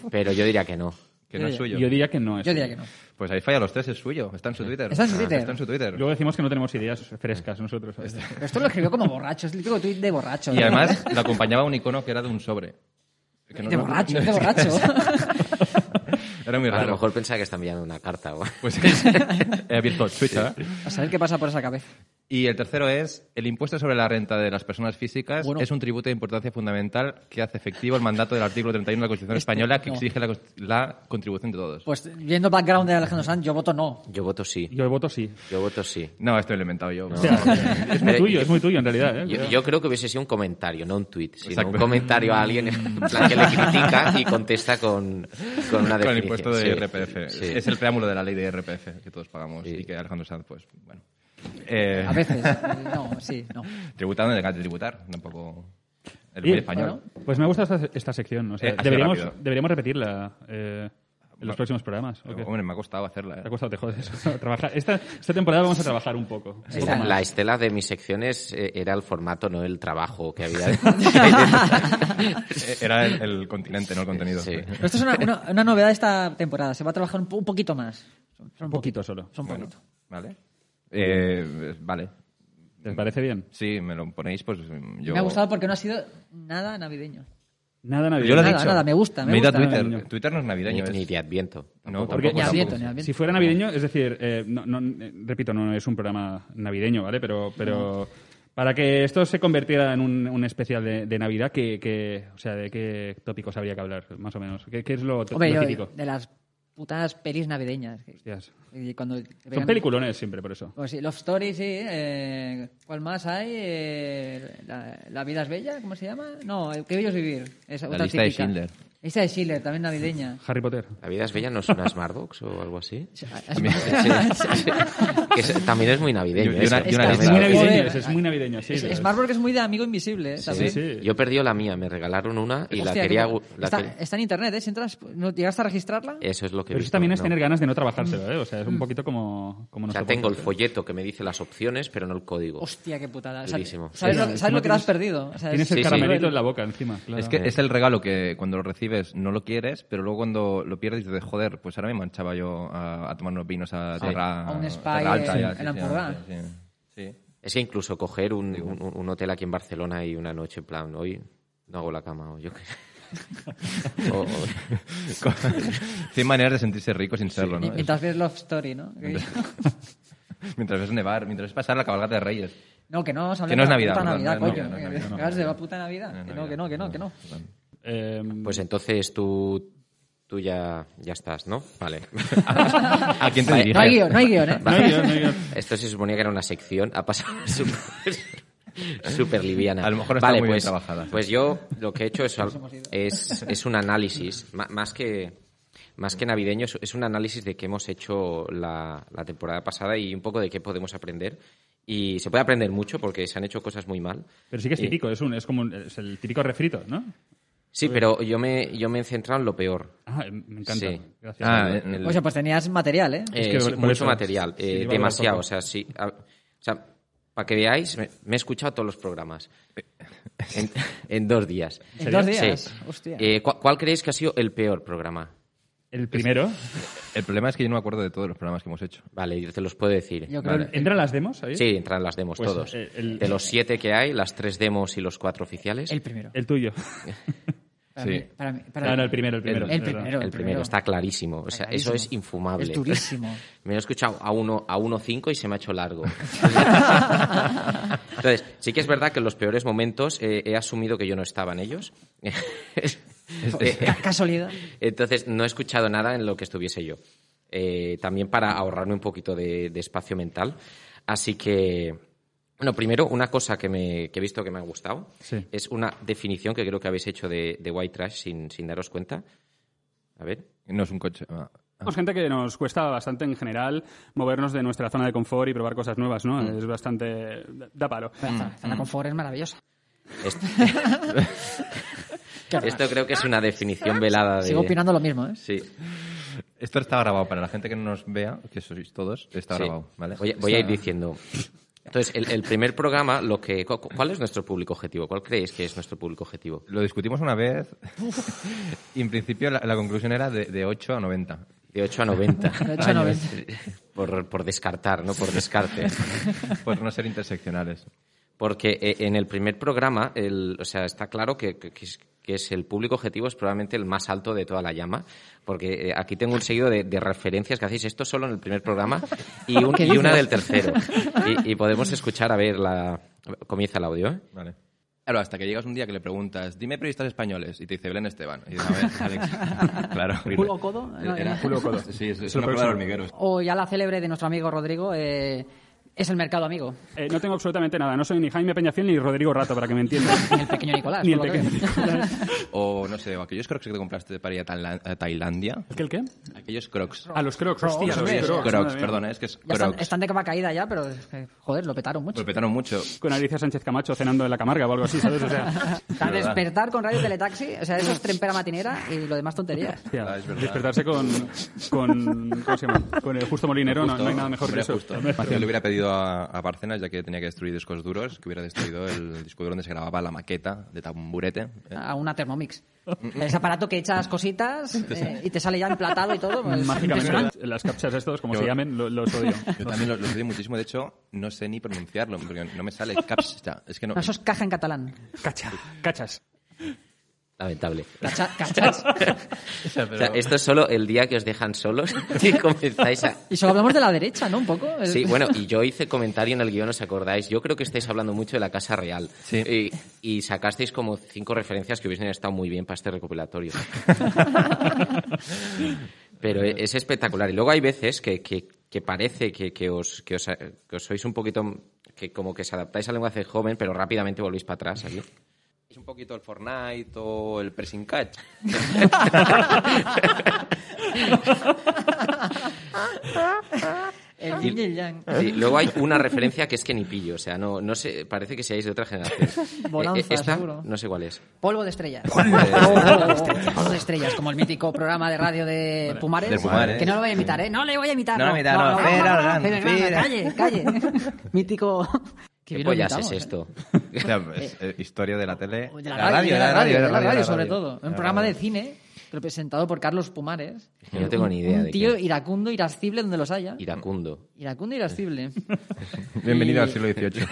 [SPEAKER 4] pero yo diría que no.
[SPEAKER 3] Que no es
[SPEAKER 2] Yo
[SPEAKER 3] suyo.
[SPEAKER 1] Yo diría que no este. es.
[SPEAKER 2] Yo diría que no.
[SPEAKER 3] Pues ahí falla los tres, es suyo. Está en su Twitter. Ah,
[SPEAKER 2] Está en su Twitter.
[SPEAKER 3] Está en su Twitter.
[SPEAKER 1] Luego decimos que no tenemos ideas frescas nosotros.
[SPEAKER 2] Pero esto lo escribió como borracho. Es el típico tuit de borracho.
[SPEAKER 3] Y
[SPEAKER 2] ¿no?
[SPEAKER 3] además lo acompañaba un icono que era de un sobre. Que no-
[SPEAKER 2] De
[SPEAKER 3] no-
[SPEAKER 2] borracho, de borracho.
[SPEAKER 3] Era muy
[SPEAKER 4] A lo
[SPEAKER 3] raro.
[SPEAKER 4] mejor pensaba que está enviando una carta. o-
[SPEAKER 3] Pues he abierto Twitter.
[SPEAKER 2] A saber qué pasa por esa cabeza.
[SPEAKER 3] Y el tercero es, el impuesto sobre la renta de las personas físicas es un tributo de importancia fundamental que hace efectivo el mandato del artículo 31 de la Constitución
[SPEAKER 2] Este,
[SPEAKER 3] Española que
[SPEAKER 2] no.
[SPEAKER 3] exige la, cons- la contribución de todos.
[SPEAKER 2] Pues viendo background de Alejandro Sanz, yo voto no.
[SPEAKER 4] Yo voto sí.
[SPEAKER 1] Yo voto sí.
[SPEAKER 4] Yo voto sí.
[SPEAKER 3] No, esto lo he inventado yo.
[SPEAKER 1] O sea, es muy
[SPEAKER 4] Pero-
[SPEAKER 1] tuyo, es muy tuyo en realidad. ¿eh?
[SPEAKER 4] Yo, yo creo que hubiese sido un comentario, no un tweet, sino
[SPEAKER 3] Exacto.
[SPEAKER 4] un comentario a alguien en plan que le critica y contesta con, con una definición.
[SPEAKER 3] Con el impuesto de
[SPEAKER 4] Sí,
[SPEAKER 3] IRPF.
[SPEAKER 4] sí.
[SPEAKER 3] Es el preámbulo de la ley de IRPF que todos pagamos
[SPEAKER 4] Sí.
[SPEAKER 3] y que Alejandro Sanz, pues, bueno. Eh,
[SPEAKER 2] A veces. eh, No, sí, no.
[SPEAKER 3] Tributando y dejar de tributar, tampoco. El
[SPEAKER 1] Y-
[SPEAKER 3] buen español.
[SPEAKER 1] Pues me ha gustado esta, esta sección. o sea,
[SPEAKER 3] Eh, ha sido
[SPEAKER 1] deberíamos,
[SPEAKER 3] rápido.
[SPEAKER 1] deberíamos repetirla eh, en los próximos programas. ¿o qué?
[SPEAKER 3] Hombre, me ha costado hacerla. ¿eh?
[SPEAKER 1] Te ha costado, te jodes. trabajar. Esta, esta temporada vamos a trabajar un poco.
[SPEAKER 4] Sí, la, la estela de mis secciones eh, era el formato, no el trabajo que había.
[SPEAKER 3] Eh, Era el, el continente, no el contenido.
[SPEAKER 4] Sí.
[SPEAKER 2] Pero esto es una, una- una novedad de esta temporada. Se va a trabajar un, po- un poquito más. Son, son
[SPEAKER 1] Un poquito solo.
[SPEAKER 2] Son
[SPEAKER 3] Bueno,
[SPEAKER 2] poquito.
[SPEAKER 3] vale. Eh, vale.
[SPEAKER 1] ¿Te parece bien?
[SPEAKER 3] Sí, me lo ponéis, pues mm, yo.
[SPEAKER 2] Me ha gustado porque no ha sido nada navideño.
[SPEAKER 1] Nada navideño.
[SPEAKER 3] Yo lo he
[SPEAKER 2] Nada,
[SPEAKER 3] dicho.
[SPEAKER 2] nada, me gusta, me
[SPEAKER 3] he ido a
[SPEAKER 2] gusta.
[SPEAKER 3] Twitter. Twitter no es
[SPEAKER 4] ni,
[SPEAKER 3] navideño. es-
[SPEAKER 4] ni de Adviento.
[SPEAKER 3] No,
[SPEAKER 4] tampoco.
[SPEAKER 1] Porque
[SPEAKER 3] tampoco,
[SPEAKER 1] ya
[SPEAKER 3] tampoco.
[SPEAKER 2] adviento, ni adviento.
[SPEAKER 1] Si fuera navideño, es decir, eh, no- no- eh, repito, no es un programa navideño, ¿vale? Pero, pero para que esto se convirtiera en un, un especial de, de Navidad, que, o sea, ¿de qué tópicos habría que hablar, más o menos? ¿Qué, qué es lo,
[SPEAKER 2] Hombre,
[SPEAKER 1] lo
[SPEAKER 2] yo- eh,
[SPEAKER 1] típico?
[SPEAKER 2] de las putas pelis navideñas.
[SPEAKER 1] Hostias.
[SPEAKER 2] Y cuando te
[SPEAKER 1] Son
[SPEAKER 2] pegan-
[SPEAKER 1] peliculones siempre, por eso.
[SPEAKER 2] Pues sí, Love Story, sí. eh, ¿Cuál más hay? Eh, la, La vida es bella, ¿cómo se llama? No, el que bello es vivir. Esa
[SPEAKER 3] La
[SPEAKER 2] otra
[SPEAKER 3] lista de
[SPEAKER 2] típica.
[SPEAKER 3] Schindler.
[SPEAKER 2] Esa de Schiller, también navideña.
[SPEAKER 1] Harry Potter.
[SPEAKER 4] ¿La vida es bella no es una Smartbox o algo así?
[SPEAKER 2] Es- es-
[SPEAKER 4] Sí, sí, sí. Que es- también es muy navideño.
[SPEAKER 3] Yo- yo
[SPEAKER 4] esa.
[SPEAKER 3] una- yo una
[SPEAKER 1] Es
[SPEAKER 3] lista.
[SPEAKER 1] muy
[SPEAKER 2] Joder.
[SPEAKER 1] navideño, ese, es muy navideño. Sí,
[SPEAKER 2] es-
[SPEAKER 1] sí.
[SPEAKER 2] Smart Work es muy de amigo invisible, ¿eh?
[SPEAKER 4] Sí,
[SPEAKER 2] También.
[SPEAKER 1] sí.
[SPEAKER 4] Yo perdí la mía, me regalaron una y la
[SPEAKER 2] Hostia,
[SPEAKER 4] quería... Eh,
[SPEAKER 2] qué-
[SPEAKER 4] gu- la
[SPEAKER 2] está,
[SPEAKER 4] que-
[SPEAKER 2] está en internet, ¿eh? Si entras, ¿no ¿llegaste a registrarla?
[SPEAKER 4] Eso es lo que... he
[SPEAKER 1] Pero eso
[SPEAKER 4] visto,
[SPEAKER 1] también es
[SPEAKER 4] no.
[SPEAKER 1] tener ganas de no trabajárselo, ¿eh? O sea, es
[SPEAKER 2] Mm.
[SPEAKER 1] un poquito como, como
[SPEAKER 4] O sea,
[SPEAKER 1] nosotros. ¿eh?
[SPEAKER 4] tengo el folleto que me dice las opciones, pero no el código.
[SPEAKER 2] Hostia, qué putada. O sea,
[SPEAKER 4] Durísimo.
[SPEAKER 2] ¿Sabes,
[SPEAKER 1] Sí,
[SPEAKER 2] lo,
[SPEAKER 1] claro,
[SPEAKER 2] sabes lo que te
[SPEAKER 1] encima
[SPEAKER 2] has perdido? O sea,
[SPEAKER 1] Tienes el
[SPEAKER 4] Sí, sí.
[SPEAKER 1] caramelito en la boca encima, claro.
[SPEAKER 3] Es que es el regalo que cuando lo recibes no lo quieres, pero luego cuando lo pierdes dices, joder, pues ahora me manchaba yo a, a tomar unos vinos a tierra,
[SPEAKER 2] A un spa
[SPEAKER 3] tierra alta.
[SPEAKER 2] en-
[SPEAKER 3] ya,
[SPEAKER 2] en
[SPEAKER 3] sí, sí,
[SPEAKER 2] Ampurdán.
[SPEAKER 3] sí, sí, sí.
[SPEAKER 4] Es que incluso coger un, un- un hotel aquí en Barcelona y una noche, en plan, hoy no hago la cama o yo qué sé. O- o-
[SPEAKER 3] Con- Cien maneras de sentirse rico sin serlo,
[SPEAKER 2] mi-
[SPEAKER 3] ¿no?
[SPEAKER 2] Mientras ves Love Story, ¿no? Que-
[SPEAKER 3] Mientras ves nevar, mientras ves pasar la cabalgata de Reyes.
[SPEAKER 2] No, que no, vamos a hablar
[SPEAKER 3] Que no es
[SPEAKER 2] de la
[SPEAKER 3] Navidad,
[SPEAKER 2] puta
[SPEAKER 3] no,
[SPEAKER 2] Navidad,
[SPEAKER 3] no, no,
[SPEAKER 2] coño.
[SPEAKER 3] no, no,
[SPEAKER 2] que-
[SPEAKER 3] no, no,
[SPEAKER 2] que
[SPEAKER 3] no,
[SPEAKER 2] hablas de la
[SPEAKER 3] no.
[SPEAKER 2] puta Navidad. Que no,
[SPEAKER 3] Navidad,
[SPEAKER 2] que no, que no, que no.
[SPEAKER 1] Eh,
[SPEAKER 4] Pues entonces tú, tú ya, ya estás, ¿no? Vale.
[SPEAKER 3] ¿A quién te
[SPEAKER 2] No
[SPEAKER 4] Vale.
[SPEAKER 3] diriges?
[SPEAKER 2] hay guión, no hay guión, ¿eh?
[SPEAKER 1] no hay guión, no hay guión.
[SPEAKER 4] Esto se suponía que era una sección, ha pasado súper súper liviana.
[SPEAKER 3] A lo mejor está
[SPEAKER 4] Vale,
[SPEAKER 3] muy bien
[SPEAKER 4] pues-
[SPEAKER 3] trabajada.
[SPEAKER 4] Pues yo lo que he hecho es, es, es un análisis, ma- más que, más que navideño, es- es un análisis de qué hemos hecho la, la temporada pasada y un poco de qué podemos aprender. Y se puede aprender mucho porque se han hecho cosas muy mal.
[SPEAKER 1] Pero sí que es
[SPEAKER 2] Eh,
[SPEAKER 4] Y-
[SPEAKER 1] típico, es, un, es como un- es el típico refrito, ¿no?
[SPEAKER 4] Sí,
[SPEAKER 1] Pues
[SPEAKER 4] pero yo me, yo me he centrado en lo peor.
[SPEAKER 1] Ah, me encanta.
[SPEAKER 4] Sí.
[SPEAKER 1] Gracias.
[SPEAKER 3] Ah,
[SPEAKER 4] El-
[SPEAKER 3] eh,
[SPEAKER 4] el-
[SPEAKER 2] O sea, pues tenías material, ¿eh?
[SPEAKER 4] Eh,
[SPEAKER 1] que
[SPEAKER 4] sí,
[SPEAKER 1] por- por
[SPEAKER 4] mucho
[SPEAKER 1] eso,
[SPEAKER 4] material,
[SPEAKER 1] sí,
[SPEAKER 4] eh,
[SPEAKER 1] sí, valgo
[SPEAKER 4] demasiado.
[SPEAKER 1] poco.
[SPEAKER 4] O sea, sí. a- o sea, para que veáis, me, me he escuchado todos los programas
[SPEAKER 1] Eh.
[SPEAKER 4] en, en dos días.
[SPEAKER 2] En dos
[SPEAKER 4] Sí.
[SPEAKER 2] días. Hostia.
[SPEAKER 4] Eh, ¿cu- ¿Cuál creéis que ha sido el peor programa?
[SPEAKER 1] El primero.
[SPEAKER 3] el problema es que yo no me acuerdo de todos los programas que hemos hecho.
[SPEAKER 4] Vale, yo te los puedo decir.
[SPEAKER 2] Yo creo que-
[SPEAKER 1] ¿Entran las demos ahí?
[SPEAKER 4] Sí, entran las demos
[SPEAKER 1] Pues,
[SPEAKER 4] todos.
[SPEAKER 1] eh, el-
[SPEAKER 4] De los siete que hay, las tres demos y los cuatro oficiales.
[SPEAKER 2] el primero.
[SPEAKER 1] El tuyo.
[SPEAKER 2] Para mí- para mí- para
[SPEAKER 1] No,
[SPEAKER 2] mí-
[SPEAKER 1] no, el primero, el primero.
[SPEAKER 2] El
[SPEAKER 1] es verdad.
[SPEAKER 2] primero.
[SPEAKER 4] El primero, está clarísimo. O sea, eso es
[SPEAKER 2] Clarísimo.
[SPEAKER 4] infumable.
[SPEAKER 2] Es durísimo.
[SPEAKER 4] Me he escuchado a 1.5 uno, a uno cinco y se me ha hecho largo. Entonces, sí que es verdad que en los peores momentos eh, he asumido que yo no estaba en ellos. Eh,
[SPEAKER 2] Ca- Casualidad.
[SPEAKER 4] Entonces, no he escuchado nada en lo que estuviese yo. Eh, también para ahorrarme un poquito de, de espacio mental. Así que, bueno, primero, una cosa que, me, que he visto que me ha gustado
[SPEAKER 1] Sí.
[SPEAKER 4] es una definición que creo que habéis hecho de, de white trash sin, sin daros cuenta. A ver.
[SPEAKER 3] No es un coche. ah.
[SPEAKER 1] Somos gente que nos cuesta bastante en general movernos de nuestra zona de confort y probar cosas nuevas, ¿no?
[SPEAKER 2] Mm.
[SPEAKER 1] Es bastante... da Mm. palo.
[SPEAKER 2] La zona confort es maravillosa.
[SPEAKER 4] Esto,
[SPEAKER 2] Claro,
[SPEAKER 4] esto creo que es una definición velada de.
[SPEAKER 2] Sigo opinando lo mismo, ¿eh?
[SPEAKER 4] Sí,
[SPEAKER 3] Esto está grabado para la gente que no nos vea, que sois todos, está
[SPEAKER 4] sí.
[SPEAKER 3] grabado, ¿vale?
[SPEAKER 4] Voy, a- voy a ir
[SPEAKER 3] Está-
[SPEAKER 4] diciendo. Entonces, el, el primer programa, lo que, cu- ¿cuál es nuestro público objetivo? ¿Cuál creéis que es nuestro público objetivo?
[SPEAKER 3] Lo discutimos una vez y en principio la, la conclusión era de, de 8 a 90.
[SPEAKER 4] De 8 a 90.
[SPEAKER 2] De 8 a 90.
[SPEAKER 4] Por, por descartar, ¿no? Por descarte.
[SPEAKER 3] Por no ser interseccionales.
[SPEAKER 4] Porque eh, en el primer programa, el, o sea, está claro que, que- que es, que es el público objetivo es probablemente el más alto de toda la llama. Porque eh, aquí tengo un seguido de, de referencias que hacéis esto solo en el primer programa y, un- y una del tercero. Y, y podemos escuchar, a ver, la, comienza el audio, ¿eh?
[SPEAKER 3] Vale. Claro, hasta que llegas un día que le preguntas, dime periodistas españoles, y te dice Belén Esteban. Y dices, a ver, Alex. claro.
[SPEAKER 2] ¿Pulo codo? No,
[SPEAKER 3] Era Julio Codo. Sí, es, es una prueba de hormigueros.
[SPEAKER 2] O ya la célebre de nuestro amigo Rodrigo, eh, es el mercado amigo.
[SPEAKER 1] Eh, no tengo absolutamente nada. No soy ni Jaime Peñafiel ni Rodrigo Rato, para que me entiendan.
[SPEAKER 2] Ni el pequeño Nicolás.
[SPEAKER 1] ni el
[SPEAKER 2] por lo que
[SPEAKER 1] pequeño.
[SPEAKER 2] veo.
[SPEAKER 3] O, no sé, o aquellos crocs que te compraste para ir a, Taila- a Tailandia.
[SPEAKER 1] ¿Qué, el qué?
[SPEAKER 3] Aquellos crocs. Ah,
[SPEAKER 1] A los crocs, hostia, a los crocs.
[SPEAKER 3] Crocs,
[SPEAKER 1] madre
[SPEAKER 3] crocs
[SPEAKER 1] mía.
[SPEAKER 3] perdona, es que es
[SPEAKER 2] Ya
[SPEAKER 3] crocs.
[SPEAKER 2] están, están de capa caída ya, pero es que, joder, lo petaron mucho.
[SPEAKER 3] Lo petaron mucho.
[SPEAKER 1] Con Alicia Sánchez Camacho cenando en la Camarga o algo así, ¿sabes? O sea,
[SPEAKER 2] Tan despertar con radio teletaxi, o sea, eso es trempera matinera y lo demás tonterías.
[SPEAKER 1] hostia,
[SPEAKER 3] Ah, es verdad.
[SPEAKER 1] despertarse con, con, ¿cómo se llama? con el justo molinero no-
[SPEAKER 3] Justo,
[SPEAKER 1] no hay nada mejor
[SPEAKER 3] hombre,
[SPEAKER 1] que eso.
[SPEAKER 3] justo. Más que le hubiera pedido a, a Bárcenas, ya que tenía que destruir discos duros, que hubiera destruido el disco duro donde se grababa la maqueta de tamburete.
[SPEAKER 2] A una Thermomix. Ese aparato que echas cositas eh, y te sale ya emplatado y todo. pues, impresionante.
[SPEAKER 1] Mágicamente, las captchas estos, como se llamen, lo- los odio.
[SPEAKER 3] Yo también lo, lo odio muchísimo, de hecho, no sé ni pronunciarlo, porque no me sale capsta. Es que no.
[SPEAKER 2] No, eso es caja en catalán.
[SPEAKER 1] Cacha, cachas.
[SPEAKER 4] Lamentable.
[SPEAKER 2] Cacha- cachas.
[SPEAKER 4] O sea, esto es solo el día que os dejan solos y comenzáis a...
[SPEAKER 2] Y solo hablamos de la derecha, ¿no? Un poco. El-
[SPEAKER 4] Sí, bueno, y yo hice comentario en el guión, ¿os acordáis? Yo creo que estáis hablando mucho de la Casa Real.
[SPEAKER 3] Sí.
[SPEAKER 4] Y, y sacasteis como cinco referencias que hubiesen estado muy bien para este recopilatorio. Pero e- es espectacular. Y luego hay veces que, que- que parece que, que os, que os- que os sois un poquito... que como que se adaptáis al lenguaje joven, pero rápidamente volvéis para atrás aquí.
[SPEAKER 3] Es un poquito el Fortnite o el Pressing Catch.
[SPEAKER 2] El yin y el yang.
[SPEAKER 4] Sí, luego hay una referencia que es que ni pillo, o sea, no, no sé, parece que seáis de otra generación.
[SPEAKER 2] Bonanza,
[SPEAKER 4] Eh, esta,
[SPEAKER 2] seguro.
[SPEAKER 4] no sé cuál es.
[SPEAKER 5] Polvo de estrellas.
[SPEAKER 4] Polvo
[SPEAKER 5] Polvo de estrellas. Polvo de estrellas, como el mítico programa de radio de Pumares.
[SPEAKER 3] de Pumares.
[SPEAKER 5] Que no lo voy a imitar, ¿eh? No le voy a imitar.
[SPEAKER 3] No lo voy a imitar, no, espera, Orlando,
[SPEAKER 5] espera, Orlando,
[SPEAKER 3] espera.
[SPEAKER 5] Calle, calle. Mítico.
[SPEAKER 4] ¿Qué,
[SPEAKER 2] bien lo
[SPEAKER 4] pollas
[SPEAKER 2] imitamos,
[SPEAKER 4] es
[SPEAKER 2] eh.
[SPEAKER 4] esto?
[SPEAKER 3] O sea, es, eh, historia de la tele.
[SPEAKER 5] De la radio, de la radio,
[SPEAKER 2] de la
[SPEAKER 5] de la
[SPEAKER 2] radio,
[SPEAKER 5] radio,
[SPEAKER 2] sobre
[SPEAKER 3] radio.
[SPEAKER 2] todo.
[SPEAKER 3] De
[SPEAKER 2] Un
[SPEAKER 3] la
[SPEAKER 2] programa de
[SPEAKER 3] radio.
[SPEAKER 2] cine representado por Carlos Pumares.
[SPEAKER 4] Que no tengo ni idea
[SPEAKER 2] Un
[SPEAKER 4] de
[SPEAKER 2] tío
[SPEAKER 4] qué.
[SPEAKER 2] iracundo, irascible, donde los haya.
[SPEAKER 4] Iracundo.
[SPEAKER 2] Iracundo, irascible.
[SPEAKER 3] Bienvenido
[SPEAKER 2] Y-
[SPEAKER 3] al siglo XVIII.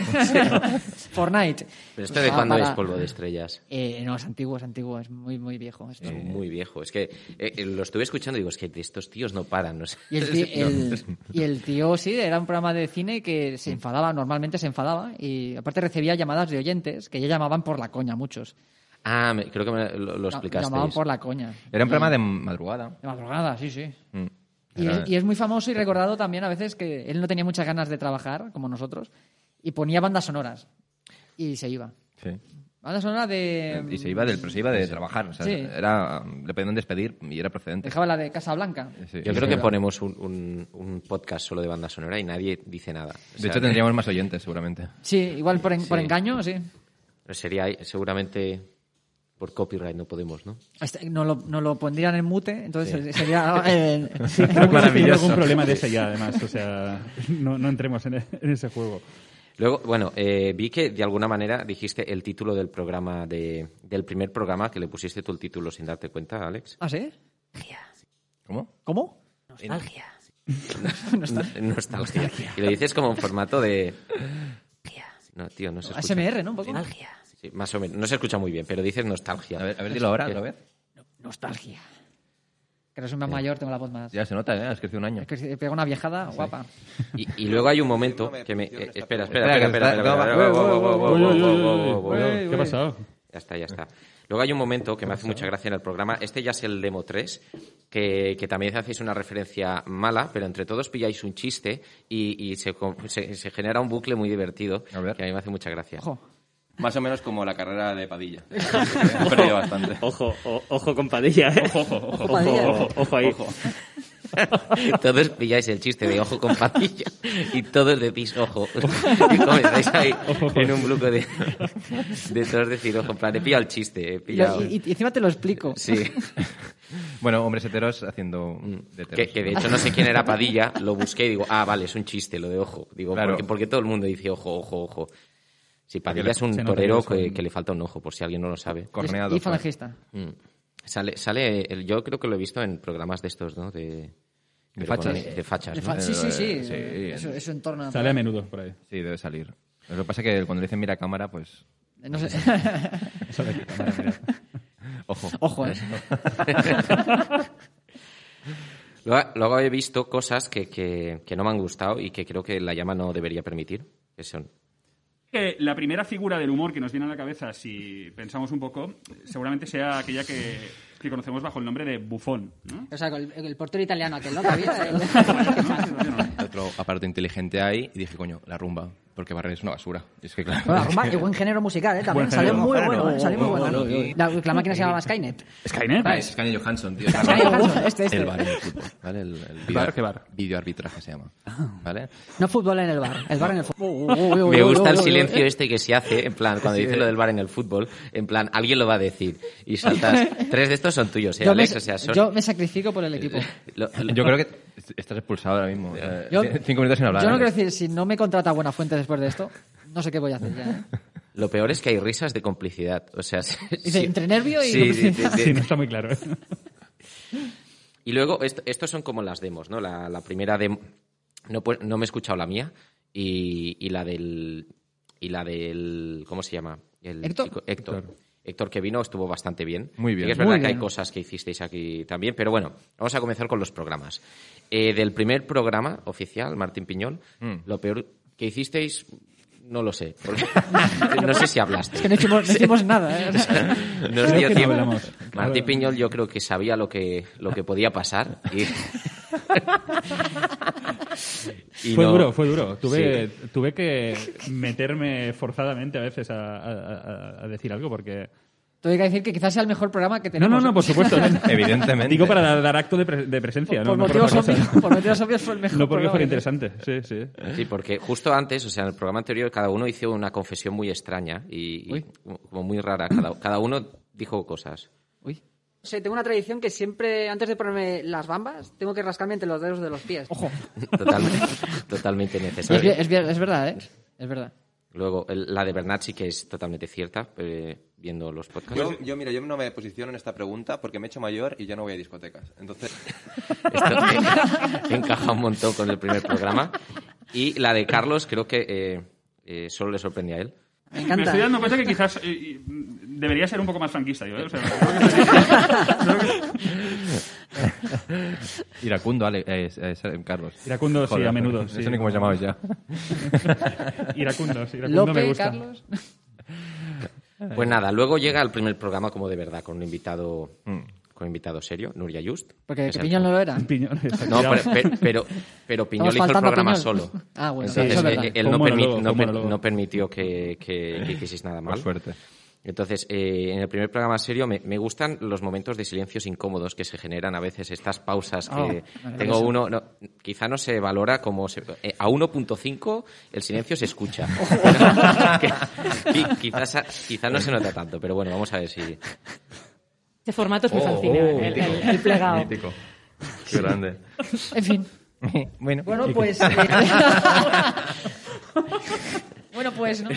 [SPEAKER 2] Fortnite.
[SPEAKER 4] ¿Pero esto de
[SPEAKER 2] Ah,
[SPEAKER 4] cuándo
[SPEAKER 2] para-
[SPEAKER 4] es polvo de estrellas?
[SPEAKER 2] Eh, no, es antiguo, es antiguo, es muy, muy viejo. esto.
[SPEAKER 4] Es muy viejo. Es que eh, eh, lo estuve escuchando y digo, es que de estos tíos no paran. no sé.
[SPEAKER 2] Y el, tío, el- y el tío, sí, era un programa de cine que se enfadaba, normalmente se enfadaba, y aparte recibía llamadas de oyentes que ya llamaban por la coña, muchos.
[SPEAKER 4] Ah, me- creo que me lo, lo
[SPEAKER 2] Ya-
[SPEAKER 4] explicasteis.
[SPEAKER 2] Llamaban por la coña.
[SPEAKER 3] Era un programa de madrugada.
[SPEAKER 2] De madrugada, sí, sí.
[SPEAKER 3] Mm.
[SPEAKER 2] Y
[SPEAKER 3] Era-
[SPEAKER 2] es, y es muy famoso y recordado también a veces que él no tenía muchas ganas de trabajar, como nosotros, y ponía bandas sonoras. Y se iba.
[SPEAKER 3] sí.
[SPEAKER 2] Banda sonora de...
[SPEAKER 3] Y se iba del, pero se iba de trabajar. O sea,
[SPEAKER 2] Sí.
[SPEAKER 3] era, le podían despedir y era procedente.
[SPEAKER 2] Dejaba la de Casa Blanca.
[SPEAKER 3] Sí.
[SPEAKER 4] Yo creo que ponemos un, un- un podcast solo de banda sonora y nadie dice nada. O
[SPEAKER 3] De
[SPEAKER 4] sea,
[SPEAKER 3] hecho, tendríamos más oyentes, seguramente.
[SPEAKER 2] Sí, igual por, en- por engaño, sí.
[SPEAKER 4] eh, Sería seguramente por copyright, no podemos, ¿no?
[SPEAKER 2] Este- No lo, no lo pondrían en mute, entonces sería... eh, sí.
[SPEAKER 1] Maravilloso.
[SPEAKER 3] Maravilloso.
[SPEAKER 1] algún problema de ese ya, además. O sea, no, no entremos en, e- en ese juego.
[SPEAKER 4] Luego, bueno, eh, vi que de alguna manera dijiste el título del programa, de, del primer programa que le pusiste tú el título sin darte cuenta, Alex.
[SPEAKER 2] ¿Ah, sí?
[SPEAKER 3] ¿Cómo?
[SPEAKER 2] ¿Cómo?
[SPEAKER 5] Nostalgia.
[SPEAKER 4] No- Nostalgia. Y lo dices como en formato de. No, tío, no se escucha.
[SPEAKER 2] ASMR, ¿no? Un poco.
[SPEAKER 4] Sí, más o menos. No se escucha muy bien, pero dices nostalgia.
[SPEAKER 3] A ver, a ver, dilo ahora, otra vez.
[SPEAKER 2] Nostalgia. Que eres un más mayor, tengo la voz más...
[SPEAKER 3] Ya se nota, ¿eh? Has crecido un año.
[SPEAKER 2] Es que si te pega una viejada, guapa.
[SPEAKER 4] Y, y luego hay un momento que me. eh, espera, espera, espera, espera,
[SPEAKER 3] que está-
[SPEAKER 4] espera, espera, espera,
[SPEAKER 1] Uy,
[SPEAKER 4] wow, wow, wow,
[SPEAKER 1] uy,
[SPEAKER 4] wow,
[SPEAKER 1] uy,
[SPEAKER 4] wow,
[SPEAKER 1] uy,
[SPEAKER 4] wow,
[SPEAKER 1] uy,
[SPEAKER 4] wow, wow.
[SPEAKER 1] uy,
[SPEAKER 2] wow.
[SPEAKER 1] ¿Qué ha pasado?
[SPEAKER 4] Ya está, ya está. Luego hay un momento que me hace mucha gracia en el programa. Este ya es el demo 3, que, que también hacéis una referencia mala, pero entre todos pilláis un chiste y, y se, co- se- se genera un bucle muy divertido
[SPEAKER 3] A ver.
[SPEAKER 4] que a mí me hace mucha gracia.
[SPEAKER 2] Ojo.
[SPEAKER 3] Más o menos como la carrera de Padilla. He perdido bastante.
[SPEAKER 6] Ojo, o- ojo con Padilla, ¿eh? Ojo, ojo, ojo, ojo,
[SPEAKER 2] Padilla. ¿eh?
[SPEAKER 6] ahí.
[SPEAKER 4] Todos pilláis el chiste de ojo con patilla y todos decís ojo. Y comenzáis ahí en un bloque de, de todos decir ojo. En plan, he pillado el chiste, he
[SPEAKER 2] Y,
[SPEAKER 4] pillado.
[SPEAKER 2] y- y encima te lo explico.
[SPEAKER 4] Sí.
[SPEAKER 3] Bueno, hombres heteros haciendo de
[SPEAKER 4] Que,
[SPEAKER 3] heteros.
[SPEAKER 4] que de hecho no sé quién era Padilla, lo busqué y digo, ah, vale, es un chiste lo de ojo. Digo,
[SPEAKER 3] Claro.
[SPEAKER 4] porque, porque todo el mundo dice ojo, ojo, ojo. Sí, Padilla
[SPEAKER 1] le-
[SPEAKER 4] es un
[SPEAKER 1] se nota que
[SPEAKER 4] torero
[SPEAKER 1] eres
[SPEAKER 4] que,
[SPEAKER 1] un-
[SPEAKER 4] que le falta un ojo, por si alguien no lo sabe.
[SPEAKER 3] Corneado. pues.
[SPEAKER 2] Y falangista.
[SPEAKER 4] Mm. Sale, sale el- yo creo que lo he visto en programas de estos, ¿no? De, pero con-
[SPEAKER 3] fachas.
[SPEAKER 4] de fachas,
[SPEAKER 2] De
[SPEAKER 4] ¿no?
[SPEAKER 2] fa- sí, sí, sí.
[SPEAKER 3] Sí.
[SPEAKER 2] Eso, eso en torno a...
[SPEAKER 1] Sale a menudo por ahí.
[SPEAKER 3] Sí, debe salir. Lo que pasa es que cuando le dicen mira cámara, pues...
[SPEAKER 2] No sé.
[SPEAKER 1] Sale aquí, cámara, mira.
[SPEAKER 3] Ojo.
[SPEAKER 2] Ojo, ¿eh?
[SPEAKER 4] Luego, luego he visto cosas que, que- que no me han gustado y que creo que la llama no debería permitir. Que son,
[SPEAKER 1] que la primera figura del humor que nos viene a la cabeza, si pensamos un poco, seguramente sea aquella que, que conocemos bajo el nombre de bufón. ¿no?
[SPEAKER 5] O sea, el, el portero italiano aquel, ¿no? Que había,
[SPEAKER 2] ¿eh?
[SPEAKER 5] el-
[SPEAKER 3] Otro aparato inteligente ahí y dije, coño, la rumba. Porque barrer es una basura. Y es que
[SPEAKER 5] Bueno, la
[SPEAKER 2] Ah,
[SPEAKER 3] claro...
[SPEAKER 5] rumba, qué buen género musical, ¿eh? También
[SPEAKER 1] Buen
[SPEAKER 5] salió
[SPEAKER 1] género.
[SPEAKER 5] muy
[SPEAKER 1] Claro.
[SPEAKER 5] bueno, ¿eh? salió muy
[SPEAKER 3] Muy
[SPEAKER 5] bueno.
[SPEAKER 3] bueno.
[SPEAKER 5] La, la máquina se llamaba Skynet.
[SPEAKER 1] Skynet.
[SPEAKER 3] Es Kanye Johansson, tío.
[SPEAKER 5] Scarlett Johansson, este, este.
[SPEAKER 3] El bar en el fútbol, ¿vale? El, el video,
[SPEAKER 1] bar? ¿Qué bar?
[SPEAKER 3] videoarbitraje se llama, ¿vale?
[SPEAKER 5] No fútbol en el bar, el bar en el fútbol.
[SPEAKER 4] Me gusta el silencio este que se hace, en plan, cuando dice lo del bar en el fútbol, en plan, alguien lo va a decir. Y saltas, tres de estos son tuyos, ¿eh,
[SPEAKER 2] Yo me,
[SPEAKER 4] Alex? O sea, son-
[SPEAKER 2] yo me sacrifico por el equipo.
[SPEAKER 4] lo- lo-
[SPEAKER 3] Yo creo que estás expulsado ahora mismo. o sea,
[SPEAKER 2] Yo-
[SPEAKER 3] cinco minutos sin hablar.
[SPEAKER 2] Yo no
[SPEAKER 3] ¿eh?
[SPEAKER 2] quiero decir, si no me contrata Buena Fuente después de esto, no sé qué voy a hacer ya. ¿eh?
[SPEAKER 4] lo peor es que hay risas de complicidad. O sea, sí-
[SPEAKER 2] Y de- entre nervio y
[SPEAKER 4] Sí, de- de- de-
[SPEAKER 1] Sí, no está muy claro. ¿eh?
[SPEAKER 4] Y luego, est- estos son como las demos, ¿no? La, la primera demo. No, pu- no me he escuchado la mía. Y, y la del. Y la del. ¿Cómo se llama? El
[SPEAKER 2] ¿Héctor?
[SPEAKER 4] chico- Héctor. Héctor que vino estuvo bastante bien.
[SPEAKER 3] Muy bien.
[SPEAKER 4] Y es
[SPEAKER 2] Muy
[SPEAKER 4] verdad que
[SPEAKER 2] bien.
[SPEAKER 4] hay cosas que hicisteis aquí también, pero bueno, vamos a comenzar con los programas. Eh, del primer programa oficial, Martín Piñón,
[SPEAKER 3] Mm.
[SPEAKER 4] lo peor que hicisteis, no lo sé. porque- no sé si hablaste.
[SPEAKER 2] Es que no hicimos, no hicimos nada. ¿eh?
[SPEAKER 1] Creo
[SPEAKER 4] Nos dio
[SPEAKER 1] que no
[SPEAKER 4] tiempo.
[SPEAKER 1] hablamos.
[SPEAKER 4] Martí Piñol yo creo que sabía lo que, lo que podía pasar y, Y
[SPEAKER 1] fue
[SPEAKER 4] no-
[SPEAKER 1] duro, fue duro. Tuve, tuve que meterme forzadamente a veces a, a- a- a decir algo porque...
[SPEAKER 2] Tuve que decir que quizás sea el mejor programa que
[SPEAKER 1] No,
[SPEAKER 2] tenemos. ¿eh?
[SPEAKER 1] no, no, por supuesto.
[SPEAKER 3] Evidentemente.
[SPEAKER 1] Digo para dar, dar acto de, pre- de presencia,
[SPEAKER 2] Por,
[SPEAKER 1] no, no por
[SPEAKER 2] motivos
[SPEAKER 1] otra cosa.
[SPEAKER 2] obvios, por motivos obvios fue el mejor
[SPEAKER 1] No porque
[SPEAKER 2] programa
[SPEAKER 1] fuera
[SPEAKER 2] que-
[SPEAKER 1] interesante, sí, sí.
[SPEAKER 4] Sí, porque justo antes, o sea, en el programa anterior, cada uno hizo una confesión muy extraña y, y como muy rara. Cada, cada uno dijo cosas.
[SPEAKER 2] Uy.
[SPEAKER 7] O sea, tengo una tradición que siempre, antes de ponerme las bambas, tengo que rascarme entre los dedos de los pies. Ojo.
[SPEAKER 4] Totalmente, totalmente
[SPEAKER 2] Sí, es,
[SPEAKER 4] necesarias.
[SPEAKER 2] ver- es ver- es verdad, ¿eh? Es verdad.
[SPEAKER 4] Luego, el- la de Bernat sí que es totalmente cierta, eh, viendo los podcasts.
[SPEAKER 3] Yo, yo, mira, yo no me posiciono en esta pregunta porque me he hecho mayor y ya no voy a discotecas. Entonces,
[SPEAKER 4] Esto que- encaja un montón con el primer programa. Y la de Carlos creo que eh, eh, solo le sorprendía a él.
[SPEAKER 2] Me
[SPEAKER 1] Me
[SPEAKER 2] encanta.
[SPEAKER 1] estoy dando cuenta que quizás eh, y- debería ser un poco más franquista yo, ¿eh? O sea,
[SPEAKER 3] iracundo, Ale, eh, es- es- eh, Carlos.
[SPEAKER 1] Iracundo, sí, a menudo,
[SPEAKER 3] No
[SPEAKER 1] sí.
[SPEAKER 3] sé ni cómo llamabas ya.
[SPEAKER 1] iracundos, iracundos me
[SPEAKER 2] Lope,
[SPEAKER 1] gusta.
[SPEAKER 2] Carlos.
[SPEAKER 4] Pues nada, luego llega al primer programa como de verdad, con un invitado, con un invitado serio, Nuria Just.
[SPEAKER 2] Porque
[SPEAKER 4] Es el-
[SPEAKER 2] Piñón no lo era.
[SPEAKER 1] Piñón, exacto.
[SPEAKER 4] No, pero, pero, pero, pero Piñol hizo el
[SPEAKER 2] faltando a
[SPEAKER 4] programa
[SPEAKER 2] Piñol.
[SPEAKER 4] solo.
[SPEAKER 2] Ah, bueno,
[SPEAKER 4] Entonces,
[SPEAKER 2] eso es
[SPEAKER 4] eh,
[SPEAKER 2] verdad.
[SPEAKER 4] él
[SPEAKER 1] Fue
[SPEAKER 4] no,
[SPEAKER 1] un monólogo,
[SPEAKER 4] permi-
[SPEAKER 1] fue
[SPEAKER 4] no
[SPEAKER 1] un
[SPEAKER 4] per-
[SPEAKER 1] monólogo.
[SPEAKER 4] no permitió que, que- que hicieseis nada mal.
[SPEAKER 3] Por suerte.
[SPEAKER 4] Entonces, eh, en el primer programa serio me, me gustan los momentos de silencios incómodos que se generan a veces, estas pausas
[SPEAKER 2] Oh,
[SPEAKER 4] que
[SPEAKER 2] maravilloso.
[SPEAKER 4] tengo uno, no, quizá no se valora como... se- eh, a 1.5 el silencio se escucha. Que- qui- quizás, a- quizás no se nota tanto, pero bueno, vamos a ver si...
[SPEAKER 8] Este formato es muy
[SPEAKER 2] Pues
[SPEAKER 3] Oh,
[SPEAKER 8] fascinante, el,
[SPEAKER 3] mítico.
[SPEAKER 8] el- el plegado.
[SPEAKER 3] Mítico. Qué grande.
[SPEAKER 8] En fin.
[SPEAKER 3] Bueno,
[SPEAKER 2] Bueno, pues. bueno, pues, ¿no?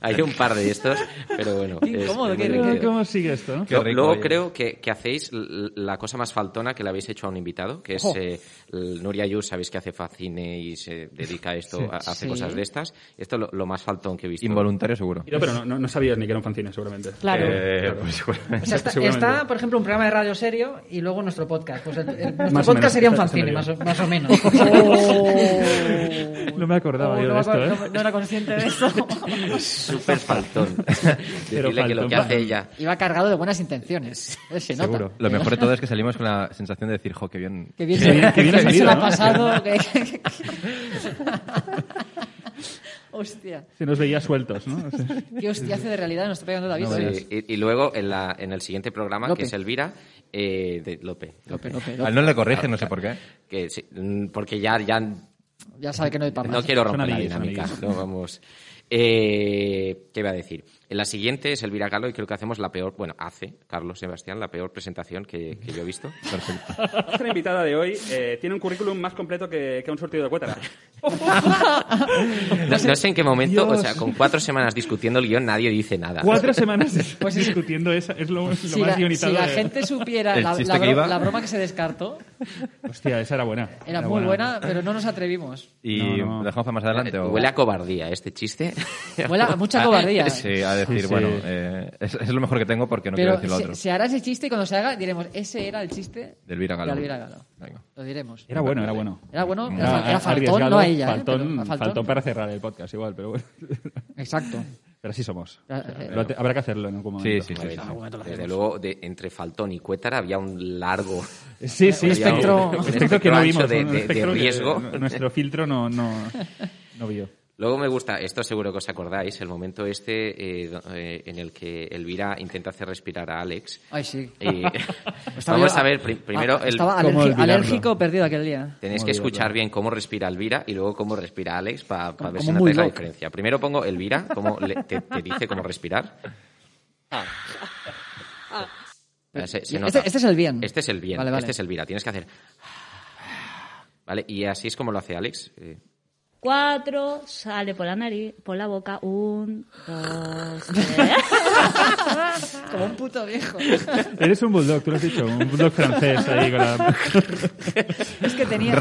[SPEAKER 4] Hay un par de estos, pero bueno.
[SPEAKER 2] Qué
[SPEAKER 4] es-
[SPEAKER 2] incómodo,
[SPEAKER 4] es
[SPEAKER 2] qué
[SPEAKER 4] muy
[SPEAKER 2] rico.
[SPEAKER 4] divertido.
[SPEAKER 1] ¿Cómo sigue esto? no?
[SPEAKER 3] Qué
[SPEAKER 4] Lo-
[SPEAKER 3] rico,
[SPEAKER 4] Luego
[SPEAKER 3] oye.
[SPEAKER 4] creo que, que hacéis l- la cosa más faltona que le habéis hecho a un invitado, que es eh, el Nuria Yu, sabéis que hace fascine y se dedica a esto, a, a hacer
[SPEAKER 2] Sí.
[SPEAKER 4] cosas de estas. Esto es lo, lo más faltón que he visto.
[SPEAKER 3] Involuntario seguro.
[SPEAKER 1] Yo, Pero no, no, no sabías ni que era un fanzine, seguramente.
[SPEAKER 8] Claro.
[SPEAKER 3] Eh, pues,
[SPEAKER 7] O sea, está,
[SPEAKER 1] Seguramente.
[SPEAKER 7] está, por ejemplo, un programa de radio serio y luego nuestro podcast.
[SPEAKER 2] eh,
[SPEAKER 7] Pues el- el- nuestro
[SPEAKER 1] Más o
[SPEAKER 7] podcast
[SPEAKER 1] menos,
[SPEAKER 7] sería un
[SPEAKER 1] está-
[SPEAKER 7] fanzine,
[SPEAKER 1] está
[SPEAKER 7] más o,
[SPEAKER 1] bien.
[SPEAKER 7] más o menos.
[SPEAKER 1] No me acordaba yo
[SPEAKER 2] Oh, no,
[SPEAKER 1] de
[SPEAKER 2] me
[SPEAKER 1] esto,
[SPEAKER 2] acuerdo,
[SPEAKER 1] ¿eh?
[SPEAKER 2] no- no era consciente de eso.
[SPEAKER 4] Súper faltón. Decirle que lo
[SPEAKER 1] faltón.
[SPEAKER 4] que hace ella.
[SPEAKER 2] Iba cargado de buenas intenciones. ¿eh? Se nota.
[SPEAKER 1] Seguro.
[SPEAKER 3] Lo mejor de todo es que salimos con la sensación de decir, jo, qué bien.
[SPEAKER 2] Que bien,
[SPEAKER 1] Qué bien-
[SPEAKER 2] se,
[SPEAKER 1] qué bien ha
[SPEAKER 2] que bien
[SPEAKER 1] salido,
[SPEAKER 2] se lo ha
[SPEAKER 1] ¿no?
[SPEAKER 2] pasado. que- que- que- hostia.
[SPEAKER 1] Se nos veía sueltos, ¿no? O sea,
[SPEAKER 2] Qué hostiazo de realidad nos está pegando David.
[SPEAKER 4] Sí, y, y luego en, la, en el siguiente programa,
[SPEAKER 2] Lope.
[SPEAKER 4] que es Elvira, eh, de Lope, Lope,
[SPEAKER 3] Al no le corrigen, no sé por qué.
[SPEAKER 4] que sí, mm, porque ya, ya
[SPEAKER 2] Ya sabe que no hay para
[SPEAKER 4] No quiero romper la
[SPEAKER 1] amiguis, son
[SPEAKER 4] dinámica.
[SPEAKER 1] amiguis.
[SPEAKER 4] No, vamos. Eh, ¿Qué iba a decir? En la siguiente es Elvira Galo y creo que hacemos la peor, bueno, hace Carlos Sebastián la peor presentación que, que yo he visto.
[SPEAKER 1] Nuestra invitada de hoy eh, tiene un currículum más completo que, que un sortido de cuétara.
[SPEAKER 4] No, no sé en qué momento,
[SPEAKER 1] Dios.
[SPEAKER 4] o sea, con cuatro semanas discutiendo el guión nadie dice nada.
[SPEAKER 1] Cuatro semanas
[SPEAKER 2] Pues es-
[SPEAKER 1] discutiendo esa, es lo, lo
[SPEAKER 2] Si
[SPEAKER 1] más
[SPEAKER 2] la,
[SPEAKER 1] guionizado.
[SPEAKER 2] si la
[SPEAKER 1] de-
[SPEAKER 2] gente supiera
[SPEAKER 3] El
[SPEAKER 2] la,
[SPEAKER 3] chiste
[SPEAKER 2] la
[SPEAKER 3] que
[SPEAKER 2] bro-
[SPEAKER 3] iba.
[SPEAKER 2] la broma que se descartó,
[SPEAKER 1] Hostia, esa era buena.
[SPEAKER 2] era muy buena, pero no nos atrevimos.
[SPEAKER 3] ¿Y
[SPEAKER 1] No, no.
[SPEAKER 3] lo dejamos para más adelante? o-
[SPEAKER 4] Huele a cobardía este chiste.
[SPEAKER 2] Huele a mucha cobardía. ¿eh?
[SPEAKER 3] Sí, a decir,
[SPEAKER 1] Ah, Sí, sí.
[SPEAKER 3] bueno, eh, es, es lo mejor que tengo porque no
[SPEAKER 2] pero
[SPEAKER 3] quiero decir lo
[SPEAKER 2] se,
[SPEAKER 3] otro.
[SPEAKER 2] se hará ese chiste y cuando se haga diremos, ese era el chiste
[SPEAKER 3] Del Elvira Galo.
[SPEAKER 2] de Elvira Galo.
[SPEAKER 3] Venga.
[SPEAKER 2] Lo diremos.
[SPEAKER 1] Era bueno, era bueno.
[SPEAKER 2] Era bueno,
[SPEAKER 3] No,
[SPEAKER 2] era, era faltón,
[SPEAKER 1] ah, Arriesgado,
[SPEAKER 2] no a ella. ¿eh?
[SPEAKER 1] Faltón,
[SPEAKER 2] Pero a faltón.
[SPEAKER 1] faltón para cerrar el podcast, igual, pero bueno.
[SPEAKER 2] Exacto.
[SPEAKER 1] Pero así somos.
[SPEAKER 2] Ya,
[SPEAKER 1] O sea,
[SPEAKER 2] eh,
[SPEAKER 1] lo te- habrá que hacerlo en algún
[SPEAKER 3] Sí,
[SPEAKER 1] momento.
[SPEAKER 3] sí, sí. sí.
[SPEAKER 4] Desde luego, de- entre Faltón y Cuétara había un largo...
[SPEAKER 1] Sí, sí,
[SPEAKER 4] Había
[SPEAKER 2] espectro-
[SPEAKER 4] un
[SPEAKER 1] Un espectro que no
[SPEAKER 4] ancho
[SPEAKER 1] vimos.
[SPEAKER 4] de,
[SPEAKER 1] un
[SPEAKER 4] de- de
[SPEAKER 1] espectro que
[SPEAKER 4] riesgo.
[SPEAKER 1] nuestro filtro no, no, no vio.
[SPEAKER 4] Luego me gusta, esto seguro que os acordáis, el momento este eh, do- eh, en el que Elvira intenta hacer respirar a Alex.
[SPEAKER 2] Ay, sí.
[SPEAKER 4] Y-
[SPEAKER 2] Estaba
[SPEAKER 4] vamos
[SPEAKER 2] yo-
[SPEAKER 4] a ver, pri- primero
[SPEAKER 2] Ah,
[SPEAKER 4] el-
[SPEAKER 2] Estaba
[SPEAKER 1] ¿Cómo
[SPEAKER 2] alergi-
[SPEAKER 1] olvidarlo?
[SPEAKER 2] alérgico perdido aquel día.
[SPEAKER 1] Cómo
[SPEAKER 4] tenéis que
[SPEAKER 1] olvidarlo.
[SPEAKER 4] escuchar bien cómo respira Elvira y luego cómo respira Alex para
[SPEAKER 2] Como- como
[SPEAKER 4] ver si
[SPEAKER 2] muy
[SPEAKER 4] notáis la
[SPEAKER 2] loco.
[SPEAKER 4] diferencia. Primero pongo Elvira, cómo le- te, te dice cómo respirar. Ah, se- se nota.
[SPEAKER 2] Este, este es el bien.
[SPEAKER 4] Este es el bien,
[SPEAKER 2] Vale, vale.
[SPEAKER 4] este es Elvira, tienes que hacer... Vale, y así es como lo hace Alex. eh.
[SPEAKER 8] Cuatro, sale por la nariz, por la boca, un, dos, tres.
[SPEAKER 2] Como un puto viejo.
[SPEAKER 1] Eres un bulldog, tú lo has dicho, un bulldog francés ahí con la...
[SPEAKER 2] Es que tenía,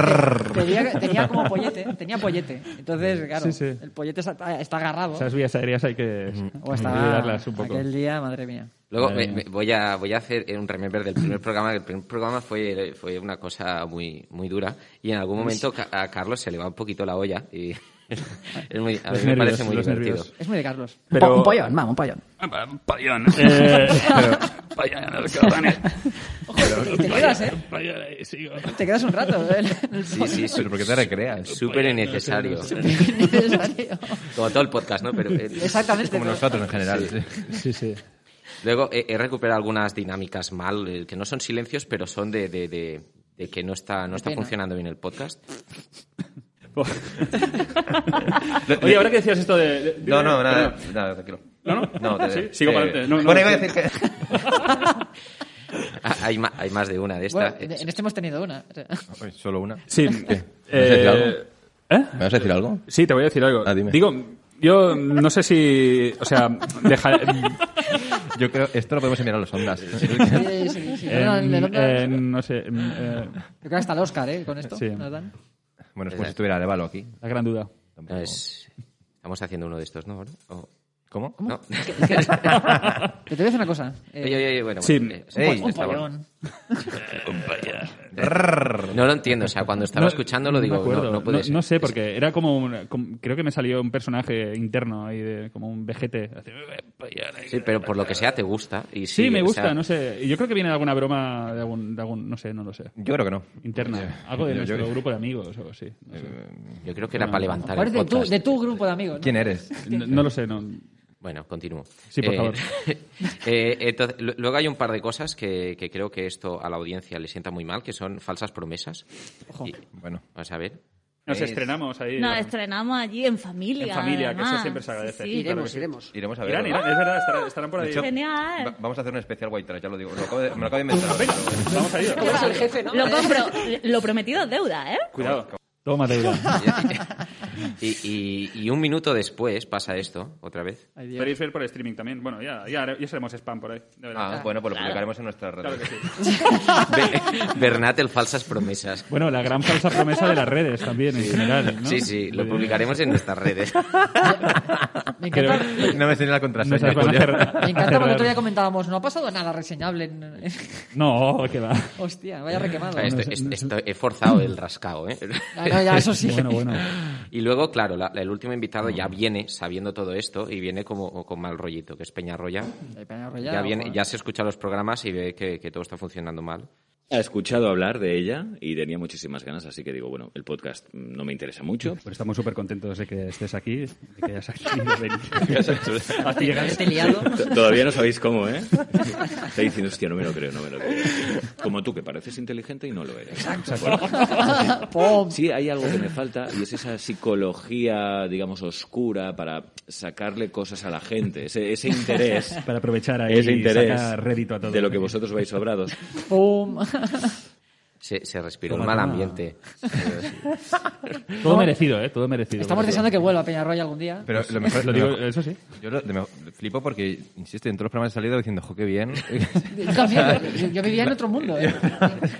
[SPEAKER 2] tenía, tenía como pollete, tenía pollete. Entonces, claro,
[SPEAKER 1] Sí, sí.
[SPEAKER 2] el pollete está, está agarrado.
[SPEAKER 1] Esas vías aéreas hay que hay
[SPEAKER 2] O
[SPEAKER 1] que
[SPEAKER 2] estaba
[SPEAKER 1] cuidarlas un poco.
[SPEAKER 2] aquel día, madre mía.
[SPEAKER 4] Luego
[SPEAKER 1] Madre
[SPEAKER 4] me-
[SPEAKER 1] mía.
[SPEAKER 4] me- voy, a, voy a hacer un remember del primer programa. que El primer programa fue, fue una cosa muy, muy dura y en algún momento ca- a Carlos se le va un poquito la olla y es muy, a mí
[SPEAKER 1] Los
[SPEAKER 4] me
[SPEAKER 1] nervios,
[SPEAKER 4] parece muy
[SPEAKER 1] los
[SPEAKER 4] divertido.
[SPEAKER 1] nervios.
[SPEAKER 2] Es muy de Carlos.
[SPEAKER 1] Pero-
[SPEAKER 5] Un pollón, vamos, un pollón.
[SPEAKER 1] Payón. Eh, Payón,
[SPEAKER 2] Y te quedas, ¿eh?
[SPEAKER 1] ahí sigo.
[SPEAKER 2] Te quedas un rato. ¿eh?
[SPEAKER 4] Sí, sí,
[SPEAKER 3] Pero ¿por qué te recreas?
[SPEAKER 4] súper innecesario.
[SPEAKER 2] Necesario.
[SPEAKER 4] Como todo el podcast, ¿no? Pero eh,
[SPEAKER 2] Exactamente.
[SPEAKER 3] Como nosotros en general. sí.
[SPEAKER 1] Sí, sí.
[SPEAKER 4] luego he, he recuperado algunas dinámicas mal, eh, que no son silencios, pero son de, de- de- de que no está, no está
[SPEAKER 2] pena.
[SPEAKER 4] funcionando bien el podcast.
[SPEAKER 1] Oye, ahora que decías esto de... de- de-
[SPEAKER 3] No, no, nada, nada, tranquilo.
[SPEAKER 1] ¿No, no?
[SPEAKER 3] te-
[SPEAKER 1] Sí, sigo
[SPEAKER 3] te-
[SPEAKER 1] para adelante. No, no,
[SPEAKER 3] bueno, iba a
[SPEAKER 1] sí.
[SPEAKER 3] decir que...
[SPEAKER 4] Ah, hay, ma- hay más de una de
[SPEAKER 2] Bueno,
[SPEAKER 4] estas. Eh,
[SPEAKER 2] de- en este hemos tenido una. O sea,
[SPEAKER 3] Ay, Solo una. ¿Me
[SPEAKER 1] Sí.
[SPEAKER 3] decir algo?
[SPEAKER 1] Eh, ¿Eh?
[SPEAKER 3] vas a decir algo?
[SPEAKER 1] Sí, te voy a decir algo.
[SPEAKER 3] Ah, dime.
[SPEAKER 1] Digo, yo no sé si... O sea, deja...
[SPEAKER 3] Yo creo esto lo podemos enviar a los ondas.
[SPEAKER 2] sí, sí, sí. No, no,
[SPEAKER 1] em,
[SPEAKER 2] no, no,
[SPEAKER 1] eh,
[SPEAKER 2] Yo
[SPEAKER 1] no sé. em, eh,
[SPEAKER 2] creo que hasta el Oscar, ¿eh? Con esto.
[SPEAKER 1] Sí.
[SPEAKER 2] nos dan.
[SPEAKER 3] bueno, es como si estuviera Arevalo aquí.
[SPEAKER 1] la gran duda.
[SPEAKER 4] No, es- estamos haciendo uno de estos, ¿no? ¿O-
[SPEAKER 3] ¿Cómo?
[SPEAKER 4] no?
[SPEAKER 2] Pero te voy a decir una cosa. eh,
[SPEAKER 4] Oye, oye, oye, bueno,
[SPEAKER 1] Sí.
[SPEAKER 4] bueno, eh,
[SPEAKER 3] Ey,
[SPEAKER 4] está bueno.
[SPEAKER 2] León.
[SPEAKER 4] No lo entiendo, o sea, cuando estaba escuchando lo digo,
[SPEAKER 1] me acuerdo.
[SPEAKER 4] no, no puede ser.
[SPEAKER 1] sé, porque era como, un- como- Creo que me salió un personaje interno ahí, de, como un vejete. Así,
[SPEAKER 4] Sí, pero por lo que sea te gusta. Y
[SPEAKER 1] Sí, me
[SPEAKER 4] o
[SPEAKER 1] gusta,
[SPEAKER 4] sea,
[SPEAKER 1] no sé. Yo creo que viene de alguna broma, de algún, de algún- no sé, no lo sé.
[SPEAKER 3] Yo creo que no.
[SPEAKER 1] Interna. Algo de
[SPEAKER 3] Yo- yo-
[SPEAKER 1] nuestro grupo de amigos o sí. No, sé.
[SPEAKER 4] Yo creo que era para levantar
[SPEAKER 2] Ahora
[SPEAKER 4] el
[SPEAKER 2] es de tu,
[SPEAKER 4] podcast.
[SPEAKER 2] de tu grupo de amigos. ¿no?
[SPEAKER 3] Eh, ¿Quién eres?
[SPEAKER 1] No- no lo sé. No.
[SPEAKER 4] Bueno, continúo.
[SPEAKER 1] Sí, por favor.
[SPEAKER 4] eh, entonces, lu- luego hay un par de cosas que, que creo que esto a la audiencia le sienta muy mal, que son falsas promesas. Y-
[SPEAKER 3] Bueno.
[SPEAKER 4] vamos a ver.
[SPEAKER 1] Nos estrenamos ahí.
[SPEAKER 8] Nos estrenamos allí en familia.
[SPEAKER 1] En familia, que eso
[SPEAKER 8] además.
[SPEAKER 1] siempre se agradece. Claro
[SPEAKER 8] Sí.
[SPEAKER 1] que
[SPEAKER 7] Iremos,
[SPEAKER 1] sí.
[SPEAKER 7] iremos.
[SPEAKER 3] Iremos a ver.
[SPEAKER 1] Irán, Irán, es verdad, estarán, estarán por
[SPEAKER 3] De
[SPEAKER 1] ahí.
[SPEAKER 3] hecho,
[SPEAKER 8] Genial.
[SPEAKER 3] va- vamos a hacer un especial White Trash, ya lo digo. Lo acabo de- me lo acabo de inventar.
[SPEAKER 1] Vamos a ir.
[SPEAKER 7] Tú eres el jefe, ¿no?
[SPEAKER 8] Lo compro. Lo prometido es deuda, ¿eh?
[SPEAKER 1] Cuidado. Toma, Irán.
[SPEAKER 4] Y, y- y un minuto después pasa esto, otra vez.
[SPEAKER 2] Ay, Dios.
[SPEAKER 1] Podéis ver por streaming también. Bueno, ya, ya, hare- ya seremos spam por ahí. De verdad.
[SPEAKER 3] Ah, bueno, pues lo publicaremos en nuestras
[SPEAKER 1] Claro que
[SPEAKER 3] redes.
[SPEAKER 1] sí.
[SPEAKER 4] Be- Bernat, el falsas promesas.
[SPEAKER 1] Bueno, la gran falsa promesa de las redes también, en general. ¿no? Pues
[SPEAKER 4] Sí, sí, lo publicaremos en nuestras redes.
[SPEAKER 2] Me
[SPEAKER 1] Pero
[SPEAKER 2] encanta,
[SPEAKER 3] No me enseñé la
[SPEAKER 1] no
[SPEAKER 3] contraseña.
[SPEAKER 1] sabes, van a
[SPEAKER 3] Julia.
[SPEAKER 1] cerrar-
[SPEAKER 2] me encanta cuando
[SPEAKER 1] cerrar.
[SPEAKER 2] el otro día comentábamos, no ha pasado nada reseñable. en-
[SPEAKER 1] No, que va.
[SPEAKER 2] Hostia, vaya requemado.
[SPEAKER 4] Ah, esto- es- esto- he forzado el rascao, ¿eh?
[SPEAKER 2] Ah, no, ya, eso sí.
[SPEAKER 1] Bueno, bueno.
[SPEAKER 4] Y luego, claro, la- el último invitado ya
[SPEAKER 2] Mm.
[SPEAKER 4] viene sabiendo todo esto y viene como con mal rollito, que es Peñarroya.
[SPEAKER 2] El pues, Peña Arroyado,
[SPEAKER 4] Ya, viene,
[SPEAKER 2] bueno.
[SPEAKER 4] ya se escucha los programas y ve que, que todo está funcionando mal.
[SPEAKER 9] He escuchado hablar de ella y tenía muchísimas ganas, así que digo, bueno, el podcast mm, no me interesa mucho.
[SPEAKER 1] Pero Pues estamos súper contentos de que estés aquí, de que hayas querido venir. Has llegado.
[SPEAKER 2] Este liado.
[SPEAKER 9] T- Todavía no sabéis cómo, ¿eh? Está diciendo, hostia, no me lo creo, no me lo creo. Como tú, que pareces inteligente y no lo eres.
[SPEAKER 2] ¡Pum!
[SPEAKER 9] Sí, hay algo que me falta y es esa psicología, digamos, oscura para sacarle cosas a la gente. Ese, ese interés,
[SPEAKER 1] Para aprovechar ahí
[SPEAKER 9] ese
[SPEAKER 1] y
[SPEAKER 9] interés
[SPEAKER 1] sacar rédito a todo.
[SPEAKER 9] de lo que vosotros vais sobrados.
[SPEAKER 2] ¡Pum!
[SPEAKER 4] Se, se respiró un
[SPEAKER 1] Toma,
[SPEAKER 4] mal
[SPEAKER 1] toma.
[SPEAKER 4] ambiente.
[SPEAKER 1] Todo merecido, ¿eh? Todo merecido.
[SPEAKER 2] Estamos deseando que vuelva a Peñarroya algún día.
[SPEAKER 3] Pero lo mejor...
[SPEAKER 1] Pues, Lo digo, eso sí.
[SPEAKER 3] Yo lo, de- me- flipo porque, insisto, en todos los programas he salido diciendo, jo, qué bien.
[SPEAKER 2] Yo también, yo, yo vivía en otro mundo. ¿eh?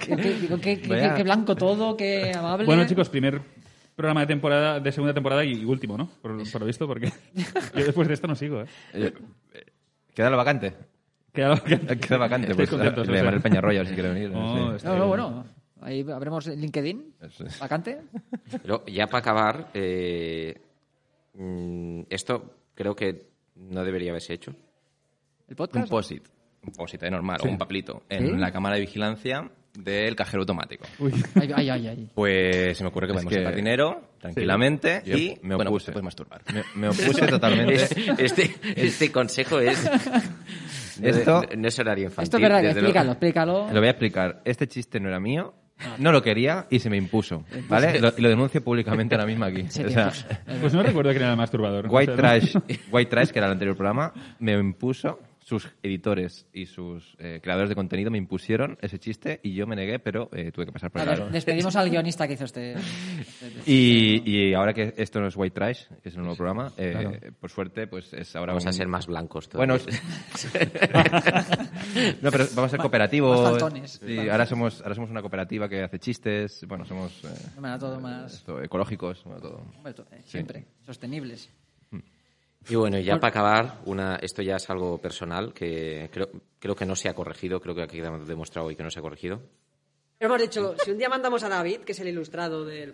[SPEAKER 2] Digo, qué- digo, qué- qué-
[SPEAKER 3] Vaya.
[SPEAKER 2] qué blanco todo, qué amable.
[SPEAKER 1] Bueno, chicos, primer programa de temporada, de segunda temporada y último, ¿no? Por, por lo visto, porque yo después de esto no sigo, ¿eh?
[SPEAKER 3] Eh, eh, Queda lo vacante.
[SPEAKER 1] Queda vacante.
[SPEAKER 3] Eh, Queda vacante.
[SPEAKER 1] Estáis
[SPEAKER 3] Pues, le
[SPEAKER 1] contentos,
[SPEAKER 3] llamaré
[SPEAKER 1] o sea.
[SPEAKER 3] el Peñarroya si quiere venir.
[SPEAKER 1] Oh,
[SPEAKER 3] sí.
[SPEAKER 1] está
[SPEAKER 2] No, no,
[SPEAKER 1] bien.
[SPEAKER 2] bueno. Ahí habremos en LinkedIn,
[SPEAKER 3] Eso es.
[SPEAKER 2] vacante.
[SPEAKER 4] Pero ya para acabar, eh, mm, esto creo que no debería haberse hecho.
[SPEAKER 2] El
[SPEAKER 3] Un
[SPEAKER 2] podcast.
[SPEAKER 3] POSIT. Un POSIT, eh, normal. O un papelito. En la cámara de vigilancia del cajero automático.
[SPEAKER 2] Ay, ay, ay, ay.
[SPEAKER 3] Pues se me ocurre que podemos
[SPEAKER 9] que-
[SPEAKER 3] sacar dinero tranquilamente
[SPEAKER 9] Yo
[SPEAKER 3] y
[SPEAKER 9] me
[SPEAKER 3] bueno,
[SPEAKER 9] opuse.
[SPEAKER 3] te puedes masturbar. Me, me opuse totalmente.
[SPEAKER 4] Es- este, este consejo es. no-
[SPEAKER 3] Esto-
[SPEAKER 4] no, es horario infantil.
[SPEAKER 2] Esto es verdad,
[SPEAKER 4] desde luego.
[SPEAKER 2] explícalo, explícalo.
[SPEAKER 3] Lo voy a explicar. Este chiste no era mío, no lo quería y se me impuso,
[SPEAKER 1] Ah.
[SPEAKER 3] ¿vale? Lo- y lo denuncio públicamente ahora mismo aquí.
[SPEAKER 2] Sí,
[SPEAKER 3] O sea,
[SPEAKER 2] tío.
[SPEAKER 1] Pues no recuerdo quién era el masturbador.
[SPEAKER 3] White
[SPEAKER 1] O sea,
[SPEAKER 3] Trash, White Trash, que era el anterior programa, me impuso, sus editores y sus eh, creadores de contenido me impusieron ese chiste y yo me negué, pero eh, tuve que pasar por
[SPEAKER 2] A
[SPEAKER 3] el
[SPEAKER 2] ver,
[SPEAKER 3] aro.
[SPEAKER 2] despedimos al guionista que hizo este.
[SPEAKER 3] Y, y ahora que esto no es White Trash, que es un nuevo programa, eh,
[SPEAKER 1] Claro.
[SPEAKER 3] por suerte, pues es ahora
[SPEAKER 4] Vamos a
[SPEAKER 3] un-
[SPEAKER 4] ser más blancos. todavía.
[SPEAKER 3] Bueno, es- no, pero vamos a ser cooperativos.
[SPEAKER 2] Más faltones.
[SPEAKER 3] Sí, ahora somos, ahora somos una cooperativa que hace chistes. Bueno, somos eh,
[SPEAKER 2] Me da todo más.
[SPEAKER 3] esto, ecológicos, bueno, todo.
[SPEAKER 2] Hombre, to- eh, Siempre. Sostenibles.
[SPEAKER 4] Y bueno, ya para acabar, una, esto ya es algo personal que creo, creo que no se ha corregido, creo que ha quedado demostrado hoy que no se ha corregido.
[SPEAKER 7] Hemos dicho, si un día mandamos a David, que es el ilustrado del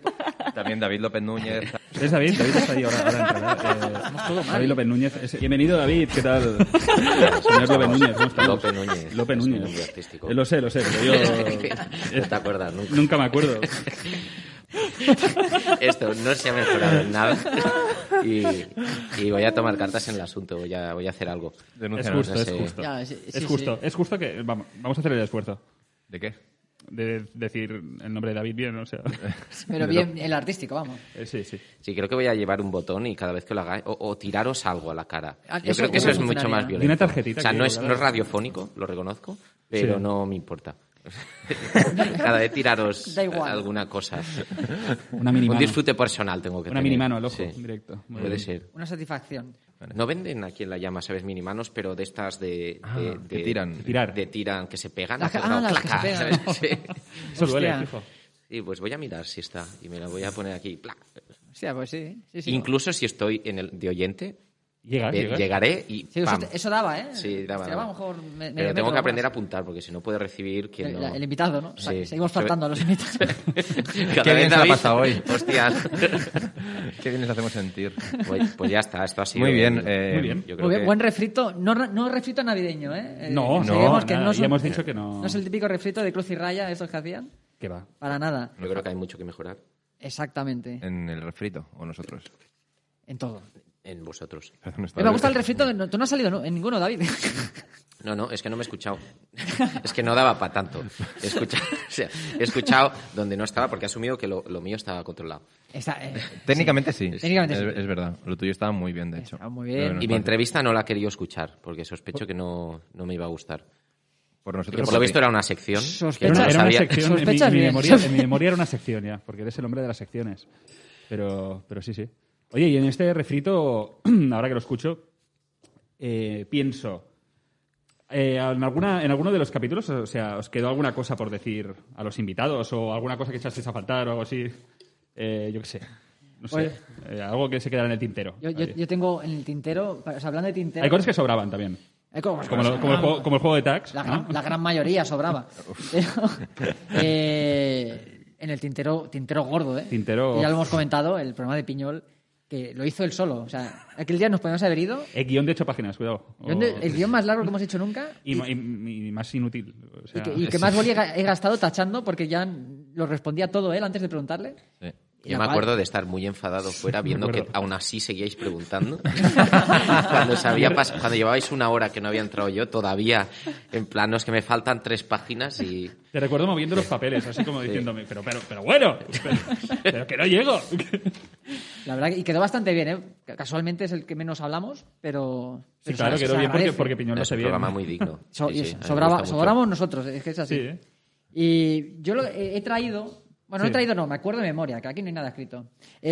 [SPEAKER 7] podcast,
[SPEAKER 3] También David López Núñez,
[SPEAKER 1] Es David, David está ahí ahora. ahora entrará. Eh, David López Núñez. Es- Bienvenido, David, ¿qué tal? Señor López Núñez, ¿cómo estamos?
[SPEAKER 4] López Núñez.
[SPEAKER 1] López
[SPEAKER 4] Es un
[SPEAKER 1] Núñez.
[SPEAKER 4] nombre artístico.
[SPEAKER 1] Eh, Lo sé, lo sé, pero yo eh,
[SPEAKER 4] no te acuerdas nunca.
[SPEAKER 1] nunca me acuerdo.
[SPEAKER 4] Esto no se ha mejorado en nada. Y, y voy a tomar cartas en el asunto, voy a, voy a hacer algo.
[SPEAKER 1] Es
[SPEAKER 3] Denúncianos.
[SPEAKER 1] justo,
[SPEAKER 4] no
[SPEAKER 1] es
[SPEAKER 4] sé.
[SPEAKER 1] justo.
[SPEAKER 2] Ya, sí, sí,
[SPEAKER 1] Es justo,
[SPEAKER 2] sí.
[SPEAKER 1] es justo que vamos, vamos a hacer el esfuerzo
[SPEAKER 3] ¿De qué?
[SPEAKER 1] de decir el nombre de David bien, o sea.
[SPEAKER 2] Pero bien, el artístico, vamos.
[SPEAKER 1] eh, Sí, sí.
[SPEAKER 4] Sí, creo que voy a llevar un botón y cada vez que lo hagáis, o, o tiraros algo a la cara.
[SPEAKER 2] Ah,
[SPEAKER 4] Yo
[SPEAKER 2] eso
[SPEAKER 4] creo que eso
[SPEAKER 2] cómo
[SPEAKER 4] es mucho
[SPEAKER 2] funcionaría.
[SPEAKER 4] más violento.
[SPEAKER 1] Y una tarjetita
[SPEAKER 4] O sea,
[SPEAKER 1] que
[SPEAKER 4] no es,
[SPEAKER 1] colgada.
[SPEAKER 4] no es radiofónico, lo reconozco, pero
[SPEAKER 1] Sí.
[SPEAKER 4] no me importa. cada vez tiraros
[SPEAKER 2] Da igual.
[SPEAKER 4] alguna cosa.
[SPEAKER 1] Una
[SPEAKER 4] Un
[SPEAKER 1] minimano.
[SPEAKER 4] disfrute personal tengo que
[SPEAKER 1] Una
[SPEAKER 4] tener.
[SPEAKER 1] minimano al ojo,
[SPEAKER 4] Sí.
[SPEAKER 1] directo. Muy
[SPEAKER 4] Puede
[SPEAKER 1] bien.
[SPEAKER 4] ser.
[SPEAKER 2] Una satisfacción.
[SPEAKER 4] No venden aquí en la llama, ¿sabes? Minimanos, pero de estas de... de-
[SPEAKER 3] que
[SPEAKER 4] de-
[SPEAKER 3] tiran.
[SPEAKER 4] de
[SPEAKER 1] Tirar.
[SPEAKER 4] De tiran, que se pegan.
[SPEAKER 2] Las que-
[SPEAKER 4] clac,
[SPEAKER 2] ah, las
[SPEAKER 4] clac,
[SPEAKER 2] que se pegan.
[SPEAKER 4] ¿sabes? Sí.
[SPEAKER 1] Eso duele,
[SPEAKER 2] Hostia.
[SPEAKER 1] fijo.
[SPEAKER 4] Y pues voy a mirar si está. Y me la voy a poner aquí. plac.
[SPEAKER 2] Hostia, pues sí. sí, sí.
[SPEAKER 4] Incluso si estoy en el de oyente,
[SPEAKER 1] Llegas,
[SPEAKER 4] ve-
[SPEAKER 1] Ah, llegas.
[SPEAKER 4] llegaré y
[SPEAKER 2] Sí, eso,
[SPEAKER 4] ¡pam!
[SPEAKER 2] eso daba, ¿eh?
[SPEAKER 4] Sí, daba,
[SPEAKER 2] Hostia,
[SPEAKER 4] daba.
[SPEAKER 2] a lo mejor me- medio
[SPEAKER 4] Pero tengo
[SPEAKER 2] metro
[SPEAKER 4] que aprender a
[SPEAKER 2] más.
[SPEAKER 4] apuntar porque si no puede recibir quien
[SPEAKER 2] El,
[SPEAKER 4] no...
[SPEAKER 2] el invitado, ¿no? O sea,
[SPEAKER 4] Sí.
[SPEAKER 2] Seguimos faltando a los invitados.
[SPEAKER 4] Cada
[SPEAKER 3] Qué
[SPEAKER 4] vez
[SPEAKER 3] bien se la
[SPEAKER 4] David-
[SPEAKER 3] pasa hoy.
[SPEAKER 4] Hostias.
[SPEAKER 3] ¿Qué bien les hacemos sentir?
[SPEAKER 4] Pues, pues ya está, esto ha sido...
[SPEAKER 3] Muy bien.
[SPEAKER 4] el-
[SPEAKER 3] eh,
[SPEAKER 1] Muy bien.
[SPEAKER 4] Yo creo
[SPEAKER 2] Muy bien,
[SPEAKER 4] que-
[SPEAKER 2] Buen refrito. No, ra- no refrito navideño, ¿eh? Eh,
[SPEAKER 1] No,
[SPEAKER 2] que
[SPEAKER 1] no,
[SPEAKER 2] sabemos que
[SPEAKER 1] nada,
[SPEAKER 2] no es
[SPEAKER 1] ya
[SPEAKER 2] un-
[SPEAKER 1] hemos dicho que no.
[SPEAKER 2] No es el típico refrito de cruz y raya, estos que hacían.
[SPEAKER 1] Que va.
[SPEAKER 2] Para nada.
[SPEAKER 4] Yo creo que hay mucho que mejorar
[SPEAKER 2] Exactamente.
[SPEAKER 3] En el refrito, o nosotros.
[SPEAKER 2] En todo.
[SPEAKER 4] en vosotros.
[SPEAKER 3] Perdón,
[SPEAKER 2] Eh,
[SPEAKER 3] estaba-
[SPEAKER 2] Me gusta el refrito. no- tú no has salido ¿no? en ninguno, David.
[SPEAKER 4] No, no, es que no me he escuchado. Es que no daba para tanto. He escuchado, o sea, he escuchado donde no estaba porque he asumido que lo, lo mío estaba controlado.
[SPEAKER 2] Está, eh,
[SPEAKER 3] Técnicamente sí.
[SPEAKER 2] Técnicamente
[SPEAKER 1] Eh,
[SPEAKER 3] es,
[SPEAKER 2] sí.
[SPEAKER 3] es verdad. Lo tuyo estaba muy bien, de hecho.
[SPEAKER 2] Estaba muy bien.
[SPEAKER 3] Pero no es
[SPEAKER 4] Y mi
[SPEAKER 3] fácil.
[SPEAKER 4] entrevista no la he querido escuchar porque sospecho que no, no me iba a gustar.
[SPEAKER 3] Por
[SPEAKER 4] Porque
[SPEAKER 3] nosotros.
[SPEAKER 4] por lo
[SPEAKER 3] sí.
[SPEAKER 4] visto era una sección.
[SPEAKER 2] Sospecha-
[SPEAKER 4] que
[SPEAKER 1] Era
[SPEAKER 4] no
[SPEAKER 1] una, era una
[SPEAKER 4] sabía.
[SPEAKER 1] sección. En mi,
[SPEAKER 2] Sospechas
[SPEAKER 1] en mi
[SPEAKER 2] bien.
[SPEAKER 1] memoria, en mi memoria era una sección ya, porque eres el hombre de las secciones. Pero, pero sí, sí. Oye, y en este refrito, ahora que lo escucho, eh, pienso. eh, en, alguna, en alguno de los capítulos, o sea, ¿os quedó alguna cosa por decir a los invitados o alguna cosa que echasteis a faltar o algo así? Eh, yo qué sé. No sé.
[SPEAKER 2] Oye.
[SPEAKER 1] Eh, algo que se quedara en el tintero.
[SPEAKER 2] yo, yo-
[SPEAKER 1] Ahí.
[SPEAKER 2] yo tengo en el tintero, o sea, hablando de tintero.
[SPEAKER 1] eh. Hay cosas que sobraban también.
[SPEAKER 2] hay cosas-
[SPEAKER 1] Como, lo- como el, juego, como el juego de tags.
[SPEAKER 2] La
[SPEAKER 1] ¿no?
[SPEAKER 2] gran, la gran mayoría sobraba. Pero, eh, en el tintero, tintero gordo, ¿eh?
[SPEAKER 1] Tintero-
[SPEAKER 2] Que Ya lo hemos comentado, el programa de Piñol, que lo hizo él solo. O sea, aquel día nos podíamos haber ido.
[SPEAKER 1] Eh, guión de ocho páginas, cuidado. O-
[SPEAKER 2] Yo, El guión más largo que hemos hecho nunca.
[SPEAKER 1] y, ma- y- y más inútil. o sea.
[SPEAKER 2] Y que, y que más boli he ga- he gastado tachando porque ya lo respondía todo él antes de preguntarle.
[SPEAKER 3] Sí.
[SPEAKER 2] Y
[SPEAKER 4] Yo me
[SPEAKER 2] acabad-
[SPEAKER 4] acuerdo de estar muy enfadado fuera viendo que
[SPEAKER 1] acuerdo.
[SPEAKER 4] aún así seguíais preguntando. cuando, os había pas- cuando llevabais una hora que no había entrado yo, todavía en plan, no es que me faltan tres páginas y...
[SPEAKER 1] Te recuerdo moviendo los papeles, así como diciéndome, pero, pero, pero bueno, pero, pero que no llego.
[SPEAKER 2] La verdad, que- y quedó bastante bien, ¿eh? Casualmente es el que menos hablamos, pero.
[SPEAKER 1] Sí,
[SPEAKER 2] pero
[SPEAKER 1] claro,
[SPEAKER 2] se-
[SPEAKER 1] quedó
[SPEAKER 2] se
[SPEAKER 1] bien porque,
[SPEAKER 2] agradece.
[SPEAKER 1] porque Piñón lo
[SPEAKER 4] es
[SPEAKER 1] hace
[SPEAKER 4] un
[SPEAKER 1] bien.
[SPEAKER 4] programa muy digno.
[SPEAKER 2] So-
[SPEAKER 4] Sí,
[SPEAKER 2] y
[SPEAKER 4] sí, a mí me
[SPEAKER 2] sobraba-
[SPEAKER 4] gusta mucho.
[SPEAKER 2] sobramos nosotros, es que es así.
[SPEAKER 1] Sí, ¿eh?
[SPEAKER 2] Y yo lo he, he traído, bueno, no he
[SPEAKER 1] Sí.
[SPEAKER 2] traído, no, me acuerdo de memoria, que aquí no hay nada escrito.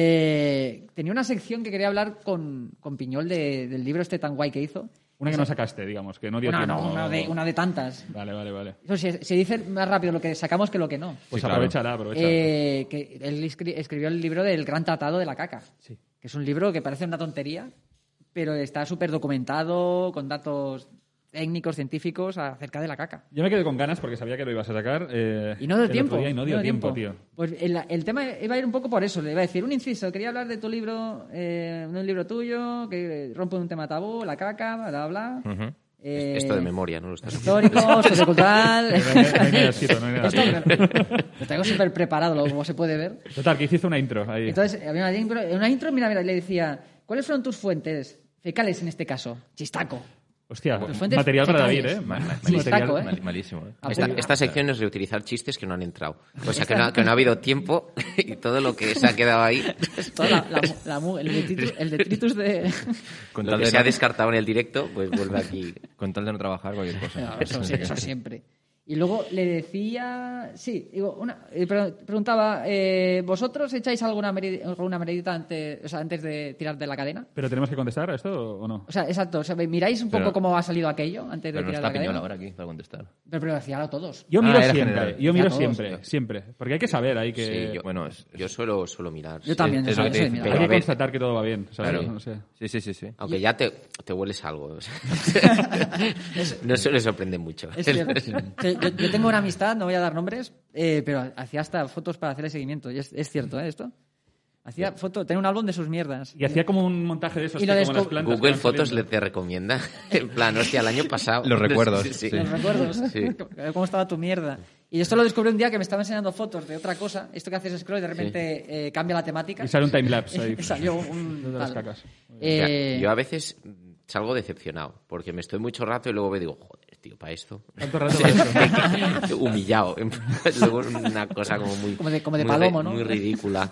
[SPEAKER 2] Eh, tenía una sección que quería hablar con, con Piñol de- del libro este tan guay que hizo.
[SPEAKER 1] Una que no sacaste, digamos, que no dio
[SPEAKER 2] Una,
[SPEAKER 1] tiempo.
[SPEAKER 2] no, una de, una de tantas.
[SPEAKER 1] Vale, vale, vale.
[SPEAKER 2] Eso se, se dice más rápido lo que sacamos que lo que no.
[SPEAKER 1] Pues
[SPEAKER 3] Sí, claro.
[SPEAKER 1] aprovechala, aprovechala.
[SPEAKER 2] Eh, que él escri- escribió el libro del Gran Tratado de la Caca, que es un libro que parece una tontería, pero está súper documentado, con datos técnicos, científicos, acerca de la caca.
[SPEAKER 1] Yo me quedé con ganas porque sabía que lo ibas a sacar. eh,
[SPEAKER 2] Y no dio
[SPEAKER 1] el otro
[SPEAKER 2] tiempo.
[SPEAKER 1] día y no dio tiempo, tío.
[SPEAKER 2] Pues el, el tema iba a ir un poco por eso. Le iba a decir, un inciso, quería hablar de tu libro, eh, de un libro tuyo, que rompe un tema tabú, la caca, bla, bla, bla. Eh,
[SPEAKER 4] Esto de memoria, ¿no? Lo estás
[SPEAKER 2] Histórico, sociocultural.
[SPEAKER 1] No hay- no hay nada escrito, no hay nada
[SPEAKER 2] Esto,
[SPEAKER 1] escrito.
[SPEAKER 2] lo tengo súper preparado, lo- como se puede ver.
[SPEAKER 1] Total, que hiciste una intro ahí.
[SPEAKER 2] Entonces, había una intro, en una intro, mira, mira, le decía, ¿cuáles fueron tus fuentes? Fecales en este caso. Chistaco.
[SPEAKER 1] Hostia,
[SPEAKER 2] Las pues fuentes
[SPEAKER 1] material para David,
[SPEAKER 2] fecales.
[SPEAKER 1] ¿eh?
[SPEAKER 3] Ma- ma-
[SPEAKER 2] Sí,
[SPEAKER 1] Material-
[SPEAKER 2] taco, ¿eh?
[SPEAKER 3] mal- malísimo, ¿eh?
[SPEAKER 4] Esta,
[SPEAKER 2] Apunta.
[SPEAKER 4] esta sección es reutilizar chistes que no han entrado. O sea, que no, ha- que no ha habido tiempo y todo lo que se ha quedado ahí,
[SPEAKER 2] Toda la- la mu- la mu- el detritus- el detritus de...
[SPEAKER 3] Con
[SPEAKER 4] lo
[SPEAKER 3] tal,
[SPEAKER 4] que
[SPEAKER 3] de
[SPEAKER 4] se ha
[SPEAKER 3] no,
[SPEAKER 4] descartado en el directo, pues vuelve aquí.
[SPEAKER 3] con tal de no trabajar cualquier cosa.
[SPEAKER 2] No, eso, sí, eso siempre. Y luego le decía, sí, digo, una, eh, pre- preguntaba, eh, ¿vosotros echáis alguna, meri- alguna meridita antes, o sea, antes de tirar de la cadena?
[SPEAKER 1] ¿Pero tenemos que contestar a esto o no?
[SPEAKER 2] O sea, exacto, o sea, miráis un poco
[SPEAKER 3] Pero-
[SPEAKER 2] cómo ha salido aquello antes
[SPEAKER 3] Pero
[SPEAKER 2] de
[SPEAKER 3] no
[SPEAKER 2] tirar
[SPEAKER 3] está
[SPEAKER 2] de la
[SPEAKER 3] Piñol
[SPEAKER 2] cadena.
[SPEAKER 3] ahora aquí para contestar.
[SPEAKER 2] Pero, pero decía a todos.
[SPEAKER 1] Yo
[SPEAKER 3] Ah,
[SPEAKER 1] miro
[SPEAKER 3] era
[SPEAKER 1] siempre,
[SPEAKER 3] general.
[SPEAKER 1] yo miro
[SPEAKER 2] todos,
[SPEAKER 1] siempre,
[SPEAKER 2] tío.
[SPEAKER 1] siempre. Porque hay que saber ahí que...
[SPEAKER 4] Sí, yo,
[SPEAKER 3] bueno, es-
[SPEAKER 4] yo suelo, suelo mirar.
[SPEAKER 2] Yo también, o
[SPEAKER 3] es
[SPEAKER 2] sea,
[SPEAKER 3] lo que te
[SPEAKER 2] eso de
[SPEAKER 3] dice,
[SPEAKER 2] mirar.
[SPEAKER 1] Hay
[SPEAKER 4] pero- a
[SPEAKER 1] que
[SPEAKER 4] ver.
[SPEAKER 1] constatar que todo va bien, ¿sabes?
[SPEAKER 4] Claro.
[SPEAKER 1] No sé.
[SPEAKER 3] Sí, sí, sí, sí.
[SPEAKER 4] Aunque ya te, te hueles algo. o sea. no suele sorprender mucho.
[SPEAKER 2] Es cierto. Sí, yo, yo tengo una amistad, no voy a dar nombres, eh, pero hacía hasta fotos para hacerle seguimiento. Y es, es cierto, ¿eh? Esto. Hacía foto, tenía un álbum de sus mierdas.
[SPEAKER 1] Y hacía como un montaje de esos,
[SPEAKER 2] Y
[SPEAKER 1] que
[SPEAKER 2] lo
[SPEAKER 1] como las
[SPEAKER 2] descu-
[SPEAKER 1] plantas.
[SPEAKER 4] Google
[SPEAKER 1] que van
[SPEAKER 4] Fotos le
[SPEAKER 1] saliendo.
[SPEAKER 4] te recomienda. En plan, hostia, el año pasado.
[SPEAKER 3] Los recuerdos,
[SPEAKER 4] Sí, sí.
[SPEAKER 3] sí.
[SPEAKER 2] Los recuerdos.
[SPEAKER 4] Sí.
[SPEAKER 2] ¿Cómo estaba tu mierda? Y esto lo descubrí un día que me estaba enseñando fotos de otra cosa. Esto que haces scroll y de repente eh, cambia la temática.
[SPEAKER 1] Y sale un timelapse ahí. pues,
[SPEAKER 2] Y salió un
[SPEAKER 1] De las
[SPEAKER 2] tal.
[SPEAKER 1] cacas.
[SPEAKER 4] Ya,
[SPEAKER 2] Eh,
[SPEAKER 4] Yo a veces salgo decepcionado porque me estoy mucho rato y luego me digo, joder, tío, para esto.
[SPEAKER 1] Tanto rato para eso.
[SPEAKER 4] Humillado. luego una cosa como muy.
[SPEAKER 2] Como de- como de
[SPEAKER 4] muy ri-
[SPEAKER 2] palomo, ¿no?
[SPEAKER 4] Muy ridícula.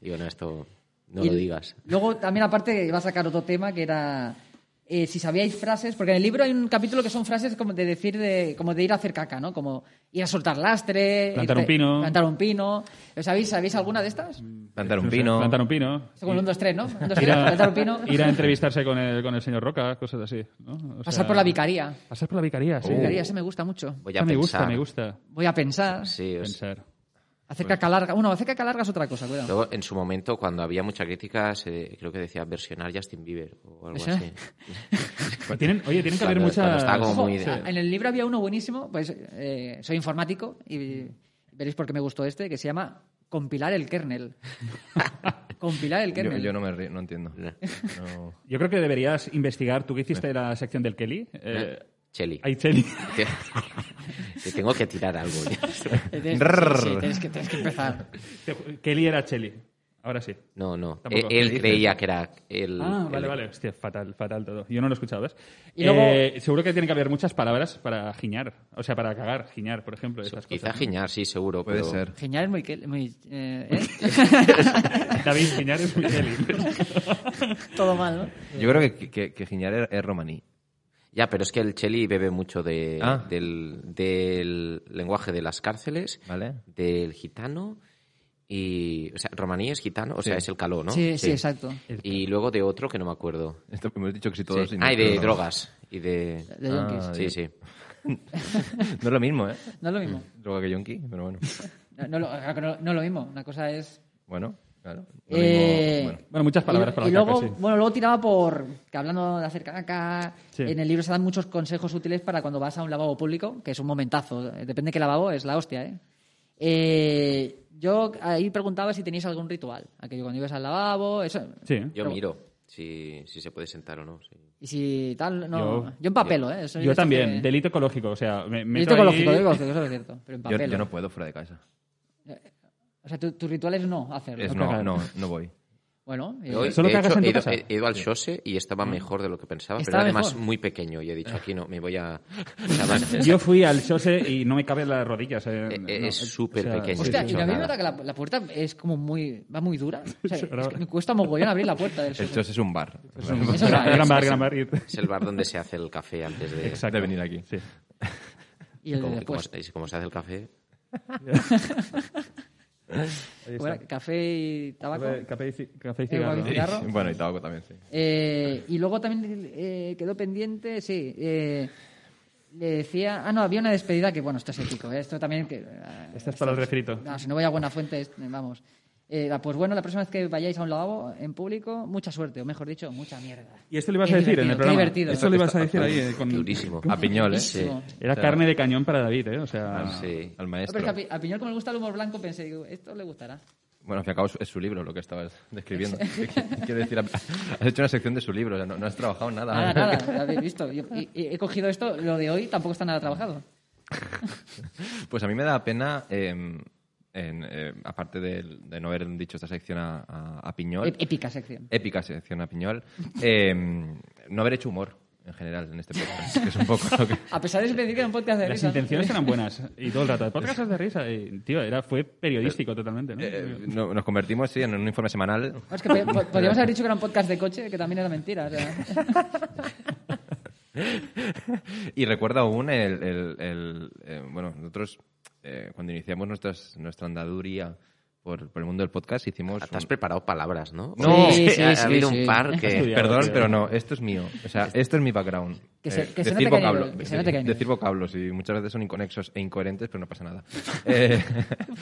[SPEAKER 4] Digo, no, esto no
[SPEAKER 2] Y
[SPEAKER 4] lo digas.
[SPEAKER 2] Luego también aparte iba a sacar otro tema que era eh, si sabíais frases, porque en el libro hay un capítulo que son frases como de decir de, como de ir a hacer caca, ¿no? Como ir a soltar lastre,
[SPEAKER 1] Plantar
[SPEAKER 2] irte-
[SPEAKER 1] un pino.
[SPEAKER 2] plantar un pino. ¿Sabéis, sabéis alguna de estas?
[SPEAKER 3] Plantar un
[SPEAKER 1] No sé,
[SPEAKER 3] pino.
[SPEAKER 1] Plantar un pino.
[SPEAKER 2] Es como un, dos, tres, ¿no? Un, dos, tres,
[SPEAKER 1] Ir a,
[SPEAKER 2] plantar un pino.
[SPEAKER 1] ir a entrevistarse con el, con el señor Roca, cosas así. ¿no? O
[SPEAKER 2] pasar
[SPEAKER 1] sea,
[SPEAKER 2] por la vicaría.
[SPEAKER 1] Pasar por la vicaría, sí.
[SPEAKER 2] La vicaría, eso me gusta mucho.
[SPEAKER 4] Oh, Voy a
[SPEAKER 1] Ah, me
[SPEAKER 4] pensar.
[SPEAKER 1] gusta, me gusta.
[SPEAKER 2] Voy a pensar.
[SPEAKER 4] Sí, o sea,
[SPEAKER 1] Pensar.
[SPEAKER 2] Hacer
[SPEAKER 1] pues.
[SPEAKER 2] caca larga. Bueno, hacer caca larga es otra cosa, cuidado.
[SPEAKER 4] Luego, en su momento, cuando había mucha crítica, se- creo que decía versionar Justin Bieber o algo
[SPEAKER 2] ¿Eso?
[SPEAKER 4] así.
[SPEAKER 1] Pero Pues tienen, oye, tienen que haber
[SPEAKER 4] Cuando- cuando
[SPEAKER 1] muchas.
[SPEAKER 4] está como
[SPEAKER 2] Ojo,
[SPEAKER 4] muy-
[SPEAKER 2] a- Ah, En el libro había uno buenísimo, pues eh, soy informático y veréis por qué me gustó este, que se llama Compilar el kernel. Compilar el
[SPEAKER 3] Yo,
[SPEAKER 2] kernel.
[SPEAKER 3] yo no me río, no entiendo. No.
[SPEAKER 1] Yo creo que deberías investigar. ¿Tú que hiciste la sección del Kelly? Eh,
[SPEAKER 4] Cheli.
[SPEAKER 1] ahí, Cheli.
[SPEAKER 4] Te, te tengo que tirar algo. ya.
[SPEAKER 2] Eh, tienes-
[SPEAKER 3] Rrrr.
[SPEAKER 2] sí, sí, tienes que, tienes que empezar.
[SPEAKER 1] Te ju- Kelly era Cheli. Ahora sí.
[SPEAKER 4] No, no. E- Él,
[SPEAKER 1] Tampoco.
[SPEAKER 4] él creía que era el.
[SPEAKER 1] Ah, vale,
[SPEAKER 4] el-
[SPEAKER 1] vale. Hostia, fatal, fatal todo. Yo no lo he escuchado, ¿ves?
[SPEAKER 2] Y luego-
[SPEAKER 1] Eh, seguro que tienen que haber muchas palabras para giñar. O sea, para cagar, giñar, por ejemplo. Estas
[SPEAKER 4] Quizá
[SPEAKER 1] cosas, ¿no?
[SPEAKER 4] giñar, sí, seguro.
[SPEAKER 3] Puede
[SPEAKER 4] pero-
[SPEAKER 3] ser.
[SPEAKER 2] Genial es muy... kel- muy eh, ¿eh?
[SPEAKER 1] David, giñar es muy Kelly.
[SPEAKER 2] Todo mal, ¿no?
[SPEAKER 3] Yo creo que, que, que giñar es, es romaní.
[SPEAKER 4] Ya, pero es que el Cheli bebe mucho de,
[SPEAKER 3] Ah.
[SPEAKER 4] del, del lenguaje de las cárceles,
[SPEAKER 3] Vale.
[SPEAKER 4] del gitano y. O sea, romaní es gitano, o sea, es el caló, ¿no?
[SPEAKER 2] Sí, sí, exacto.
[SPEAKER 4] Y luego de otro que no me acuerdo.
[SPEAKER 3] Esto hemos dicho que si todos...
[SPEAKER 4] Ah, y de
[SPEAKER 3] no,
[SPEAKER 4] drogas. Y de.
[SPEAKER 2] De yonkis.
[SPEAKER 3] Ah,
[SPEAKER 4] Sí, sí.
[SPEAKER 3] No es lo mismo, ¿eh?
[SPEAKER 2] No es lo mismo.
[SPEAKER 3] Droga que yonki, pero bueno.
[SPEAKER 2] No, no lo- claro que no- no es lo mismo. Una cosa es...
[SPEAKER 3] Bueno, claro. Lo mismo,
[SPEAKER 2] Eh,
[SPEAKER 3] bueno.
[SPEAKER 1] Bueno, muchas palabras
[SPEAKER 2] y,
[SPEAKER 1] para
[SPEAKER 2] y
[SPEAKER 1] la
[SPEAKER 2] luego,
[SPEAKER 1] caca, sí.
[SPEAKER 2] bueno, luego tiraba por que hablando de hacer caca,
[SPEAKER 1] Sí.
[SPEAKER 2] en el libro se dan muchos consejos útiles para cuando vas a un lavabo público, que es un momentazo. eh, Depende de qué lavabo, es la hostia, ¿eh? Eh, yo ahí preguntaba si teníais algún ritual, aquello cuando ibas al lavabo, eso.
[SPEAKER 1] Sí.
[SPEAKER 4] Yo
[SPEAKER 2] Pero-
[SPEAKER 4] miro si, si se puede sentar o no. sí.
[SPEAKER 2] Y si tal, no.
[SPEAKER 1] Yo-
[SPEAKER 2] Yo, en papelo, ¿eh? Soy de
[SPEAKER 1] Yo
[SPEAKER 2] estos
[SPEAKER 1] también,
[SPEAKER 2] que-
[SPEAKER 1] delito ecológico. O sea, me meto
[SPEAKER 2] Delito ecológico,
[SPEAKER 1] ahí-
[SPEAKER 2] digo, que eso es cierto, pero en
[SPEAKER 3] Yo,
[SPEAKER 2] papel.
[SPEAKER 3] yo no puedo fuera de casa.
[SPEAKER 2] O sea, tu- tus rituales no hacerlo.
[SPEAKER 3] Es,
[SPEAKER 1] no
[SPEAKER 3] no,
[SPEAKER 1] cagar.
[SPEAKER 3] no, no voy.
[SPEAKER 2] Bueno, eh,
[SPEAKER 4] Yo, de
[SPEAKER 1] Solo que hagas
[SPEAKER 4] hecho,
[SPEAKER 1] en tu
[SPEAKER 4] he, ido,
[SPEAKER 1] casa.
[SPEAKER 4] he- he ido al Shose y estaba mejor de lo que pensaba,
[SPEAKER 2] Estaba
[SPEAKER 4] pero era además
[SPEAKER 2] mejor.
[SPEAKER 4] muy pequeño y he dicho, aquí no, me voy a... o sea, además, es-
[SPEAKER 1] Yo fui al Chose y no me caben las rodillas. eh,
[SPEAKER 4] Eh,
[SPEAKER 1] no,
[SPEAKER 4] eh,
[SPEAKER 1] eh,
[SPEAKER 4] es súper pequeño.
[SPEAKER 2] Hostia,
[SPEAKER 4] no he
[SPEAKER 2] y
[SPEAKER 4] hecho
[SPEAKER 2] a mí me
[SPEAKER 4] nada.
[SPEAKER 2] nota que la, la puerta es como muy. va muy dura. O sea,
[SPEAKER 1] Sí,
[SPEAKER 2] es
[SPEAKER 1] ahora-
[SPEAKER 2] que me cuesta mogollón abrir la puerta del
[SPEAKER 3] El
[SPEAKER 2] sofá.
[SPEAKER 3] chos es un bar.
[SPEAKER 2] Eso es
[SPEAKER 1] Gran,
[SPEAKER 2] raro.
[SPEAKER 1] gran bar, gran bar. y-
[SPEAKER 4] Es el bar donde se hace el café antes de...
[SPEAKER 1] Exacto.
[SPEAKER 3] De venir aquí.
[SPEAKER 1] Sí.
[SPEAKER 2] Y el de
[SPEAKER 4] Como, como
[SPEAKER 2] después.
[SPEAKER 4] se- y como se hace el café,
[SPEAKER 2] ¿Cómo era? Café y tabaco.
[SPEAKER 1] Café y ci- café y
[SPEAKER 2] Eh, guay.
[SPEAKER 1] cigarro.
[SPEAKER 3] Sí,
[SPEAKER 2] ¿Cigarro?
[SPEAKER 3] Bueno, y tabaco también, sí.
[SPEAKER 2] Eh, y luego también eh, quedó pendiente, sí. eh, le decía. Ah, no, había una despedida que, bueno, esto es épico. ¿eh? Esto también. Que, ah,
[SPEAKER 1] Este es para el refrito.
[SPEAKER 2] no, si no voy a buena fuente, es- vamos. Eh, ah, pues bueno, la próxima vez que vayáis a un lavabo en público, mucha suerte, o mejor dicho, mucha mierda.
[SPEAKER 1] Y esto lo ibas
[SPEAKER 2] Qué
[SPEAKER 1] a decir en el
[SPEAKER 2] divertido, qué
[SPEAKER 1] programa.
[SPEAKER 2] divertido.
[SPEAKER 1] Esto lo ibas a decir ahí eh, con...
[SPEAKER 4] durísimo.
[SPEAKER 3] A piñol, ¿eh?
[SPEAKER 4] Sí.
[SPEAKER 1] Era carne de cañón para David, ¿eh? O
[SPEAKER 3] Ah,
[SPEAKER 1] sea,
[SPEAKER 4] Sí.
[SPEAKER 3] Al
[SPEAKER 2] No, pero
[SPEAKER 3] maestro.
[SPEAKER 2] es que a Pi- a Piñol, como le gusta el humor blanco, pensé, digo, esto le gustará.
[SPEAKER 3] Bueno, al fin y al cabo es su libro lo que estabas describiendo. Quiero decir, has hecho una sección de su libro, o sea, no, no has trabajado nada.
[SPEAKER 2] Nada, nada, ya habéis visto. Yo- y- y he cogido esto, lo de hoy tampoco está nada trabajado.
[SPEAKER 3] Pues a mí me da pena, eh, en, eh, aparte del- de, no haber dicho esta sección a, a- a Piñol,
[SPEAKER 2] Ép- E-, Épica sección.
[SPEAKER 3] épica sección a Piñol, eh, no haber hecho humor en general en este podcast, que es un poco lo que... eh,
[SPEAKER 2] A pesar de decir que era un podcast de
[SPEAKER 1] las
[SPEAKER 2] risa.
[SPEAKER 1] intenciones eran buenas. Y todo el rato. El podcast es de risa. Y, tío, era, fue periodístico totalmente, ¿no?
[SPEAKER 3] eh, no- nos convertimos, sí, en un informe semanal.
[SPEAKER 2] No, es que po- po- podríamos haber dicho que era un podcast de coche, que también era mentira. o sea.
[SPEAKER 3] Y recuerdo aún el... el- el, eh, bueno, nosotros eh, cuando iniciamos nuestras, nuestra andaduría por, por el mundo del podcast hicimos...
[SPEAKER 4] Ah, Te has
[SPEAKER 3] un-
[SPEAKER 4] preparado palabras, ¿no?
[SPEAKER 3] No. Sí,
[SPEAKER 4] ha,
[SPEAKER 2] sí,
[SPEAKER 4] ha
[SPEAKER 2] sí,
[SPEAKER 4] habido
[SPEAKER 2] sí.
[SPEAKER 4] un par que...
[SPEAKER 3] Perdón, pero no, esto es mío. O sea,
[SPEAKER 4] Este-
[SPEAKER 3] esto es mi background.
[SPEAKER 2] Que se-
[SPEAKER 3] Eh,
[SPEAKER 2] que se note
[SPEAKER 3] decir,
[SPEAKER 2] que hay
[SPEAKER 3] vocablo-
[SPEAKER 2] nivel, que se note que hay
[SPEAKER 3] decir vocablos y muchas veces son inconexos e incoherentes, pero no pasa nada. Eh,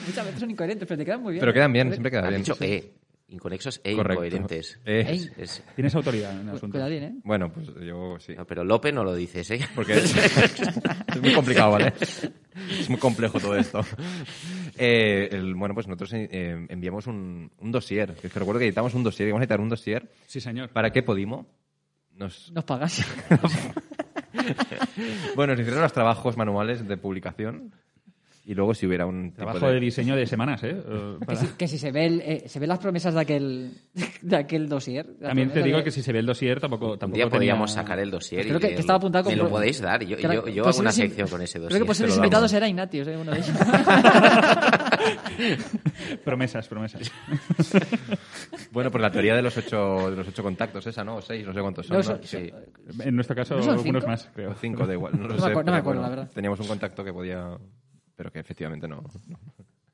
[SPEAKER 2] Muchas veces son incoherentes, pero te quedan muy bien.
[SPEAKER 3] pero quedan bien, siempre queda
[SPEAKER 4] Has
[SPEAKER 3] bien.
[SPEAKER 4] dicho E, inconexos e
[SPEAKER 3] Correcto.
[SPEAKER 4] incoherentes.
[SPEAKER 3] Eh,
[SPEAKER 2] Ey,
[SPEAKER 4] Es-
[SPEAKER 1] Tienes autoridad en el
[SPEAKER 2] cu-
[SPEAKER 1] asunto.
[SPEAKER 2] cuidado bien, ¿eh?
[SPEAKER 3] bueno, pues yo sí.
[SPEAKER 4] no, pero Lope no lo dices, ¿eh?
[SPEAKER 3] Porque es, es muy complicado, ¿vale? Es muy complejo todo esto. Eh, el- bueno, pues nosotros eh, eh, enviamos un, un dossier. Es que recuerdo que editamos un dossier, que vamos a editar un dossier.
[SPEAKER 1] Sí, señor.
[SPEAKER 3] ¿Para qué Podimo? Nos,
[SPEAKER 2] Nos pagas.
[SPEAKER 3] bueno, nos hicieron los trabajos manuales de publicación y luego si hubiera un tipo
[SPEAKER 1] Trabajo de diseño de semanas, ¿eh? Eh,
[SPEAKER 2] Que
[SPEAKER 1] para-
[SPEAKER 2] si, que si se, ve el, eh, se ven las promesas de aquel, de aquel dossier. las
[SPEAKER 1] También te
[SPEAKER 2] promesas
[SPEAKER 1] digo
[SPEAKER 2] de-
[SPEAKER 1] que si se ve el dossier tampoco...
[SPEAKER 4] Un
[SPEAKER 1] tampoco
[SPEAKER 4] día
[SPEAKER 1] tenía-
[SPEAKER 4] podríamos sacar el dossier
[SPEAKER 2] Pues Creo
[SPEAKER 4] y
[SPEAKER 2] que- que estaba apuntado
[SPEAKER 4] me
[SPEAKER 2] con-
[SPEAKER 4] lo podéis dar. Yo,
[SPEAKER 2] Claro,
[SPEAKER 4] yo, yo hago una
[SPEAKER 2] posibles pues in-
[SPEAKER 4] sección con ese dossier.
[SPEAKER 2] Creo que posibles
[SPEAKER 4] te lo damos.
[SPEAKER 2] invitados era Ignatius, eh, uno de ellos.
[SPEAKER 1] Promesas, promesas.
[SPEAKER 3] Bueno, pues la teoría de los ocho, de los ocho contactos, esa, ¿no? O seis, no sé cuántos son.
[SPEAKER 2] No,
[SPEAKER 3] ¿no?
[SPEAKER 2] son-
[SPEAKER 3] Sí.
[SPEAKER 1] En nuestro caso,
[SPEAKER 2] ¿No son
[SPEAKER 1] algunos
[SPEAKER 2] cinco?
[SPEAKER 1] más, creo.
[SPEAKER 3] O cinco, da igual. No, lo
[SPEAKER 2] No me
[SPEAKER 3] sé,
[SPEAKER 2] acuerdo- no
[SPEAKER 3] pero
[SPEAKER 2] me acuerdo,
[SPEAKER 3] bueno,
[SPEAKER 2] la verdad.
[SPEAKER 3] Teníamos un contacto que podía... Pero que efectivamente no.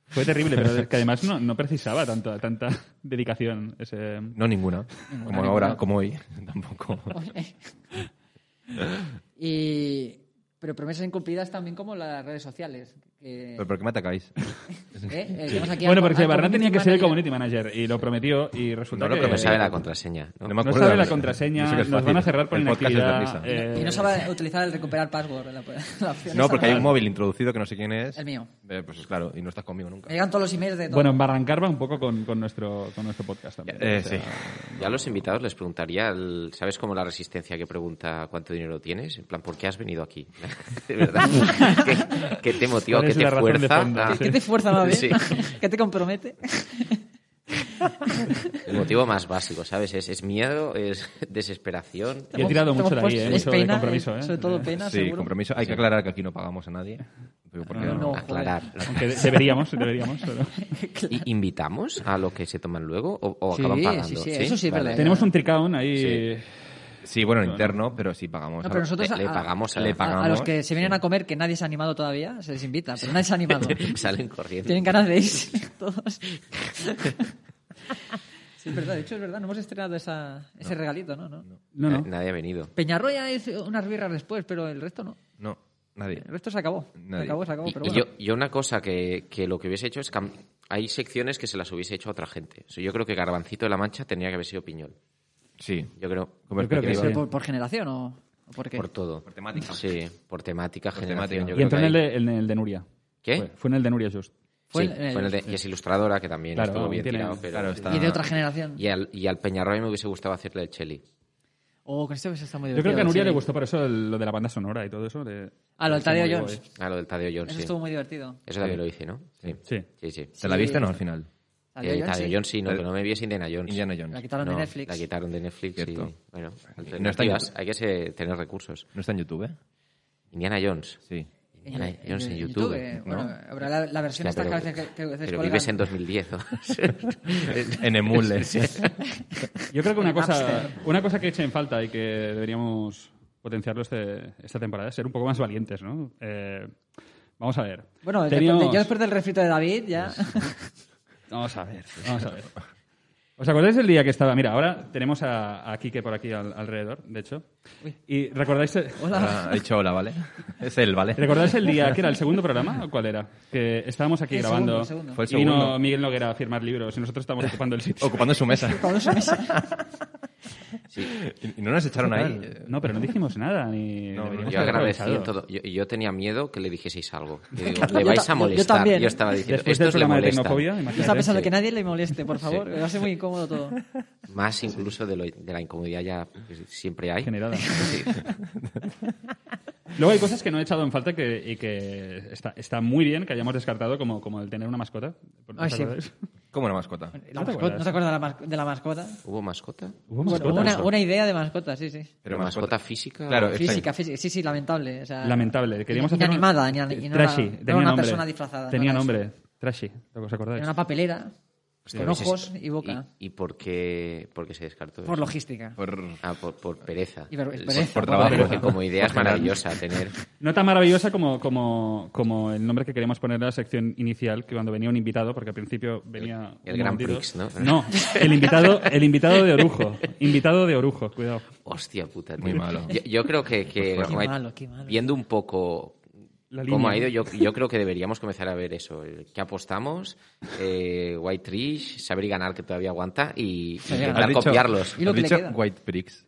[SPEAKER 1] Fue terrible, pero que además no, no precisaba tanta, tanta dedicación. Ese...
[SPEAKER 3] No ninguna. como ahora, como hoy. Tampoco.
[SPEAKER 2] y, pero promesas incumplidas también como las redes sociales. que-
[SPEAKER 3] ¿Pero por qué me atacáis?
[SPEAKER 2] ¿eh? Eh, tenemos aquí
[SPEAKER 1] Bueno,
[SPEAKER 2] al-
[SPEAKER 1] porque
[SPEAKER 2] al
[SPEAKER 1] Barran tenía que ser el
[SPEAKER 2] community
[SPEAKER 1] community manager y lo prometió y resulta
[SPEAKER 3] No lo
[SPEAKER 1] que...
[SPEAKER 4] No
[SPEAKER 3] prometió.
[SPEAKER 4] sabe la contraseña.
[SPEAKER 3] No
[SPEAKER 4] ¿no?
[SPEAKER 3] me
[SPEAKER 1] No
[SPEAKER 3] acuerdo.
[SPEAKER 1] sabe la
[SPEAKER 3] Yo
[SPEAKER 1] contraseña,
[SPEAKER 3] sé que es
[SPEAKER 1] nos van
[SPEAKER 3] fácil.
[SPEAKER 1] a cerrar por
[SPEAKER 3] El podcast es la
[SPEAKER 1] inactividad.
[SPEAKER 3] risa.
[SPEAKER 2] manager.
[SPEAKER 1] eh,
[SPEAKER 2] Y no sabe utilizar el recuperar password. La, la opción
[SPEAKER 3] No,
[SPEAKER 2] esa.
[SPEAKER 3] porque hay un móvil introducido que no sé quién es.
[SPEAKER 2] El Eh, mío.
[SPEAKER 3] Eh, pues claro, y no estás conmigo nunca.
[SPEAKER 2] Me llegan todos los emails de todo.
[SPEAKER 1] Bueno, embarrancar va un poco con, con nuestro, con nuestro podcast también.
[SPEAKER 3] Eh,
[SPEAKER 1] O sea,
[SPEAKER 3] sí.
[SPEAKER 4] Yo a los invitados les preguntaría, el- ¿sabes cómo la resistencia que pregunta cuánto dinero tienes? En plan, ¿por qué has venido aquí? De verdad. ¿Qué, qué te motiva?
[SPEAKER 1] ¿Cuál
[SPEAKER 4] ¿Qué
[SPEAKER 1] es
[SPEAKER 4] te
[SPEAKER 1] la razón de
[SPEAKER 4] fuerza?
[SPEAKER 1] fondo?
[SPEAKER 4] Ah,
[SPEAKER 2] ¿Qué te fuerza más bien?
[SPEAKER 4] Sí.
[SPEAKER 2] ¿Qué te compromete?
[SPEAKER 4] El motivo más básico, ¿sabes? ¿Es, es miedo? ¿Es desesperación?
[SPEAKER 1] Yo he tirado
[SPEAKER 2] Te hemos
[SPEAKER 1] mucho de ahí,
[SPEAKER 2] puesto-
[SPEAKER 1] eh,
[SPEAKER 2] es
[SPEAKER 1] mucho de
[SPEAKER 2] pena,
[SPEAKER 1] compromiso. eh.
[SPEAKER 2] Sobre todo pena,
[SPEAKER 3] Sí,
[SPEAKER 2] seguro.
[SPEAKER 3] compromiso. Hay que aclarar que aquí no pagamos a nadie. Digo, porque
[SPEAKER 1] No,
[SPEAKER 2] no.
[SPEAKER 4] Aclarar.
[SPEAKER 1] Aunque de- deberíamos, deberíamos. pero-
[SPEAKER 4] ¿Y ¿Invitamos a lo que se toman luego o, o
[SPEAKER 2] Sí,
[SPEAKER 4] acaban pagando?
[SPEAKER 2] sí, sí, eso sí es verdad.
[SPEAKER 1] Tenemos un tricaun ahí.
[SPEAKER 3] Sí, bueno, interno, pero sí pagamos.
[SPEAKER 2] No,
[SPEAKER 3] a-
[SPEAKER 2] pero nosotros
[SPEAKER 4] Le, le
[SPEAKER 2] a-
[SPEAKER 4] pagamos a
[SPEAKER 3] le
[SPEAKER 2] A- A,
[SPEAKER 3] pagamos.
[SPEAKER 2] los que se vienen a comer, que nadie se ha animado todavía, se les invita, pero nadie se ha animado.
[SPEAKER 4] Salen corriendo.
[SPEAKER 2] Tienen ganas de irse todos. Sí, es verdad, de hecho es verdad, no hemos estrenado esa, ese regalito, ¿no? ¿no?
[SPEAKER 1] No,
[SPEAKER 4] Na-
[SPEAKER 3] Eh,
[SPEAKER 1] no.
[SPEAKER 4] Eh, Nadie ha venido.
[SPEAKER 2] Peñarroya hizo unas birras después, pero el resto no.
[SPEAKER 3] No, nadie.
[SPEAKER 2] El resto se acabó. Se
[SPEAKER 3] Nadie.
[SPEAKER 2] acabó, se acabó,
[SPEAKER 4] Y-
[SPEAKER 2] pero
[SPEAKER 4] y
[SPEAKER 2] bueno.
[SPEAKER 4] yo, yo una cosa que, que lo que hubiese hecho es cam- hay secciones que se las hubiese hecho a otra gente. O sea, yo creo que Garbancito de la Mancha tenía que haber sido Piñol.
[SPEAKER 3] Sí.
[SPEAKER 4] Yo creo
[SPEAKER 3] Comer
[SPEAKER 1] Yo creo que
[SPEAKER 3] pequeño.
[SPEAKER 2] ¿Pero
[SPEAKER 1] sí.
[SPEAKER 2] por, por generación o, o por qué?
[SPEAKER 4] por todo. Por temática. Sí, por temática,
[SPEAKER 3] Por
[SPEAKER 4] generación.
[SPEAKER 3] temática.
[SPEAKER 4] yo
[SPEAKER 1] Y
[SPEAKER 4] creo
[SPEAKER 1] entró
[SPEAKER 4] que
[SPEAKER 1] en el,
[SPEAKER 4] ahí-
[SPEAKER 1] de, en el de Nuria.
[SPEAKER 4] ¿Qué?
[SPEAKER 1] Fue, fue en el de Nuria Just.
[SPEAKER 2] Fue
[SPEAKER 4] Sí,
[SPEAKER 2] en- en el-
[SPEAKER 4] fue en el de- y es ilustradora, que también
[SPEAKER 1] Claro,
[SPEAKER 4] estuvo bien
[SPEAKER 1] tiene-
[SPEAKER 4] tirado. Pero,
[SPEAKER 3] Claro, está.
[SPEAKER 2] Y de
[SPEAKER 4] Ah,
[SPEAKER 2] otra generación.
[SPEAKER 4] y, al, y al Peñarroy me hubiese gustado hacerle el cheli.
[SPEAKER 2] Oh, con este pues está muy
[SPEAKER 1] Yo
[SPEAKER 2] divertido.
[SPEAKER 1] creo que a Nuria
[SPEAKER 2] sí.
[SPEAKER 1] le gustó por eso el- lo de la banda sonora y todo eso. le-
[SPEAKER 2] Ah, lo del
[SPEAKER 1] está
[SPEAKER 2] Tadeo
[SPEAKER 1] muy
[SPEAKER 2] Jones.
[SPEAKER 1] guay.
[SPEAKER 4] Ah, lo del Tadeo Jones,
[SPEAKER 2] Eso
[SPEAKER 4] sí.
[SPEAKER 2] estuvo muy divertido.
[SPEAKER 4] Eso también lo hice, ¿no? Sí.
[SPEAKER 1] Sí.
[SPEAKER 4] Sí, sí.
[SPEAKER 3] ¿Te la viste o no al final?
[SPEAKER 2] Tadeo
[SPEAKER 4] Eh,
[SPEAKER 2] Jones,
[SPEAKER 4] Tadeo
[SPEAKER 2] sí.
[SPEAKER 4] Jones sí, no,
[SPEAKER 3] Tadeo-
[SPEAKER 4] que no me viese Indiana Jones.
[SPEAKER 3] Indiana
[SPEAKER 2] La
[SPEAKER 3] Jones.
[SPEAKER 2] quitaron de
[SPEAKER 4] No,
[SPEAKER 2] Netflix.
[SPEAKER 4] La quitaron de Netflix
[SPEAKER 3] Cierto.
[SPEAKER 4] y, bueno,
[SPEAKER 3] No está en
[SPEAKER 4] alternativas,
[SPEAKER 3] YouTube.
[SPEAKER 4] hay que se- tener recursos.
[SPEAKER 3] ¿No está en YouTube? eh?
[SPEAKER 4] Indiana Jones.
[SPEAKER 3] Sí.
[SPEAKER 4] Indiana
[SPEAKER 2] Eh,
[SPEAKER 4] Jones en YouTube.
[SPEAKER 2] eh, Bueno, habrá la, la versión esta
[SPEAKER 4] Hostia, pero,
[SPEAKER 2] que a veces- que- que a veces
[SPEAKER 4] pero
[SPEAKER 2] cuelgan.
[SPEAKER 4] vives en 2010. ¿no?
[SPEAKER 3] Eh, En Emule.
[SPEAKER 1] Yo creo que una
[SPEAKER 2] En
[SPEAKER 1] cosa,
[SPEAKER 2] Napster.
[SPEAKER 1] una cosa que eche en falta y que deberíamos potenciarlo este- esta temporada es ser un poco más valientes, ¿no? Eh, vamos a ver.
[SPEAKER 2] Bueno, después
[SPEAKER 1] Teníamos-
[SPEAKER 2] de- yo después del refrito de David ya...
[SPEAKER 1] Vamos a ver, vamos a ver. ¿Os acordáis del día que estaba? Mira, ahora tenemos a, a Quique por aquí al- alrededor, de hecho. ¿Y recordáis,
[SPEAKER 3] Ah, ha dicho hola, ¿vale? Es él, ¿vale?
[SPEAKER 1] recordáis el día que era el segundo programa? ¿O cuál era? Que estábamos aquí
[SPEAKER 2] El segundo,
[SPEAKER 1] grabando.
[SPEAKER 2] el segundo.
[SPEAKER 3] Fue el
[SPEAKER 1] Y vino
[SPEAKER 3] segundo.
[SPEAKER 1] Miguel Noguera a firmar libros y nosotros estábamos ocupando el sitio.
[SPEAKER 3] Ocupando su mesa.
[SPEAKER 2] Con dos meses.
[SPEAKER 3] ¿Y y no nos echaron ahí?
[SPEAKER 1] No, pero no dijimos nada. Ni
[SPEAKER 3] No,
[SPEAKER 1] deberíamos
[SPEAKER 4] Yo
[SPEAKER 1] haber
[SPEAKER 4] agradecí en
[SPEAKER 1] aprovechado.
[SPEAKER 4] todo. Yo, yo tenía miedo que le dijeseis algo. Yo digo, le vais
[SPEAKER 2] ta- yo- yo
[SPEAKER 4] a molestar.
[SPEAKER 2] también.
[SPEAKER 4] estaba diciendo,
[SPEAKER 1] Después del
[SPEAKER 4] estos le
[SPEAKER 1] programa de
[SPEAKER 4] molestan.
[SPEAKER 1] Tecnofobia,
[SPEAKER 2] Yo estaba
[SPEAKER 1] imagínate.
[SPEAKER 2] pensando que nadie le moleste, por favor. Va a ser muy incómodo todo.
[SPEAKER 4] Más incluso de, lo- de la incomodidad ya que siempre hay.
[SPEAKER 1] generada. Luego hay cosas que no he echado en falta que, y que está, está muy bien que hayamos descartado, como, como el tener una mascota. ¿Os
[SPEAKER 2] Ay, sí.
[SPEAKER 1] acordáis?
[SPEAKER 3] Como una mascota.
[SPEAKER 2] La mascota- ¿No se acuerda de la, mas- de la mascota?
[SPEAKER 4] ¿Hubo mascota?
[SPEAKER 1] ¿Hubo
[SPEAKER 2] Bueno,
[SPEAKER 1] mascota?
[SPEAKER 2] una, una idea de mascota, sí, sí.
[SPEAKER 4] ¿Pero mascota, física?
[SPEAKER 3] Claro,
[SPEAKER 4] o-
[SPEAKER 3] exacto.
[SPEAKER 2] Física, física. Sí, sí, lamentable. o sea,
[SPEAKER 1] Lamentable. Queríamos hacer
[SPEAKER 2] inanimada,
[SPEAKER 1] una...
[SPEAKER 2] ni- ni- no
[SPEAKER 1] Trashy.
[SPEAKER 2] era- no
[SPEAKER 1] tenía
[SPEAKER 2] era una
[SPEAKER 1] nombre.
[SPEAKER 2] persona disfrazada, no
[SPEAKER 1] Tenía
[SPEAKER 2] era eso.
[SPEAKER 1] nombre. Trashy. ¿Lo que os acordáis?
[SPEAKER 2] Era una papelera con
[SPEAKER 4] Pero ese-
[SPEAKER 2] ojos y boca.
[SPEAKER 4] ¿Y, y por, qué, por qué se descartó?
[SPEAKER 2] Por
[SPEAKER 4] eso?
[SPEAKER 2] logística.
[SPEAKER 3] Por...
[SPEAKER 4] Ah, por, por pereza.
[SPEAKER 2] Y por-
[SPEAKER 4] Sí,
[SPEAKER 2] pereza,
[SPEAKER 3] por trabajo.
[SPEAKER 4] Porque como idea es maravillosa tener.
[SPEAKER 1] No tan maravillosa como, como, como el nombre que queríamos ponerle a la sección inicial, que cuando venía un invitado, porque al principio venía...
[SPEAKER 4] El
[SPEAKER 1] un
[SPEAKER 4] Grand
[SPEAKER 1] momentito.
[SPEAKER 4] Prix, ¿no?
[SPEAKER 1] No, el invitado, el invitado de Orujo. Invitado de Orujo, cuidado.
[SPEAKER 4] Hostia puta. tío.
[SPEAKER 3] Muy malo.
[SPEAKER 4] Yo, yo creo que. que
[SPEAKER 2] Pues Qué
[SPEAKER 4] White-
[SPEAKER 2] malo, qué malo.
[SPEAKER 4] Viendo un poco.
[SPEAKER 1] La
[SPEAKER 4] ¿Cómo
[SPEAKER 1] línea.
[SPEAKER 4] ha ido? Yo, yo creo que deberíamos comenzar a ver eso. el ¿Qué apostamos? Eh, White Trish, saber y ganar que todavía aguanta y, y
[SPEAKER 2] ganar.
[SPEAKER 4] intentar copiarlos.
[SPEAKER 2] ¿Y lo
[SPEAKER 3] has
[SPEAKER 2] que le
[SPEAKER 3] dicho
[SPEAKER 2] queda?
[SPEAKER 3] White Pricks.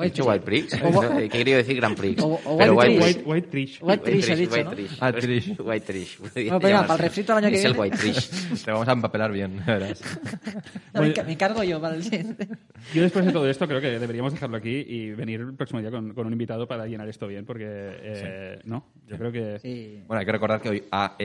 [SPEAKER 4] He dicho White Prix. He querido decir Grand Prix.
[SPEAKER 2] O- o
[SPEAKER 4] pero
[SPEAKER 2] White Prix.
[SPEAKER 4] White Prix.
[SPEAKER 1] White, white Trish.
[SPEAKER 2] White Trish, he dicho,
[SPEAKER 4] White
[SPEAKER 2] ¿no?
[SPEAKER 4] Trish.
[SPEAKER 3] Ah, Trish.
[SPEAKER 4] White Trish.
[SPEAKER 2] Bueno, venga, para el refrito el año que
[SPEAKER 4] Es el
[SPEAKER 2] viene.
[SPEAKER 4] White Trish.
[SPEAKER 3] Te vamos a empapelar bien, verás.
[SPEAKER 2] No, me, enca- me encargo yo para el siguiente.
[SPEAKER 1] Yo después de todo esto creo que deberíamos dejarlo aquí y venir el próximo día con, con un invitado para llenar esto bien, porque eh, no, yo creo que
[SPEAKER 2] Sí.
[SPEAKER 3] Bueno, hay que recordar que hoy AL,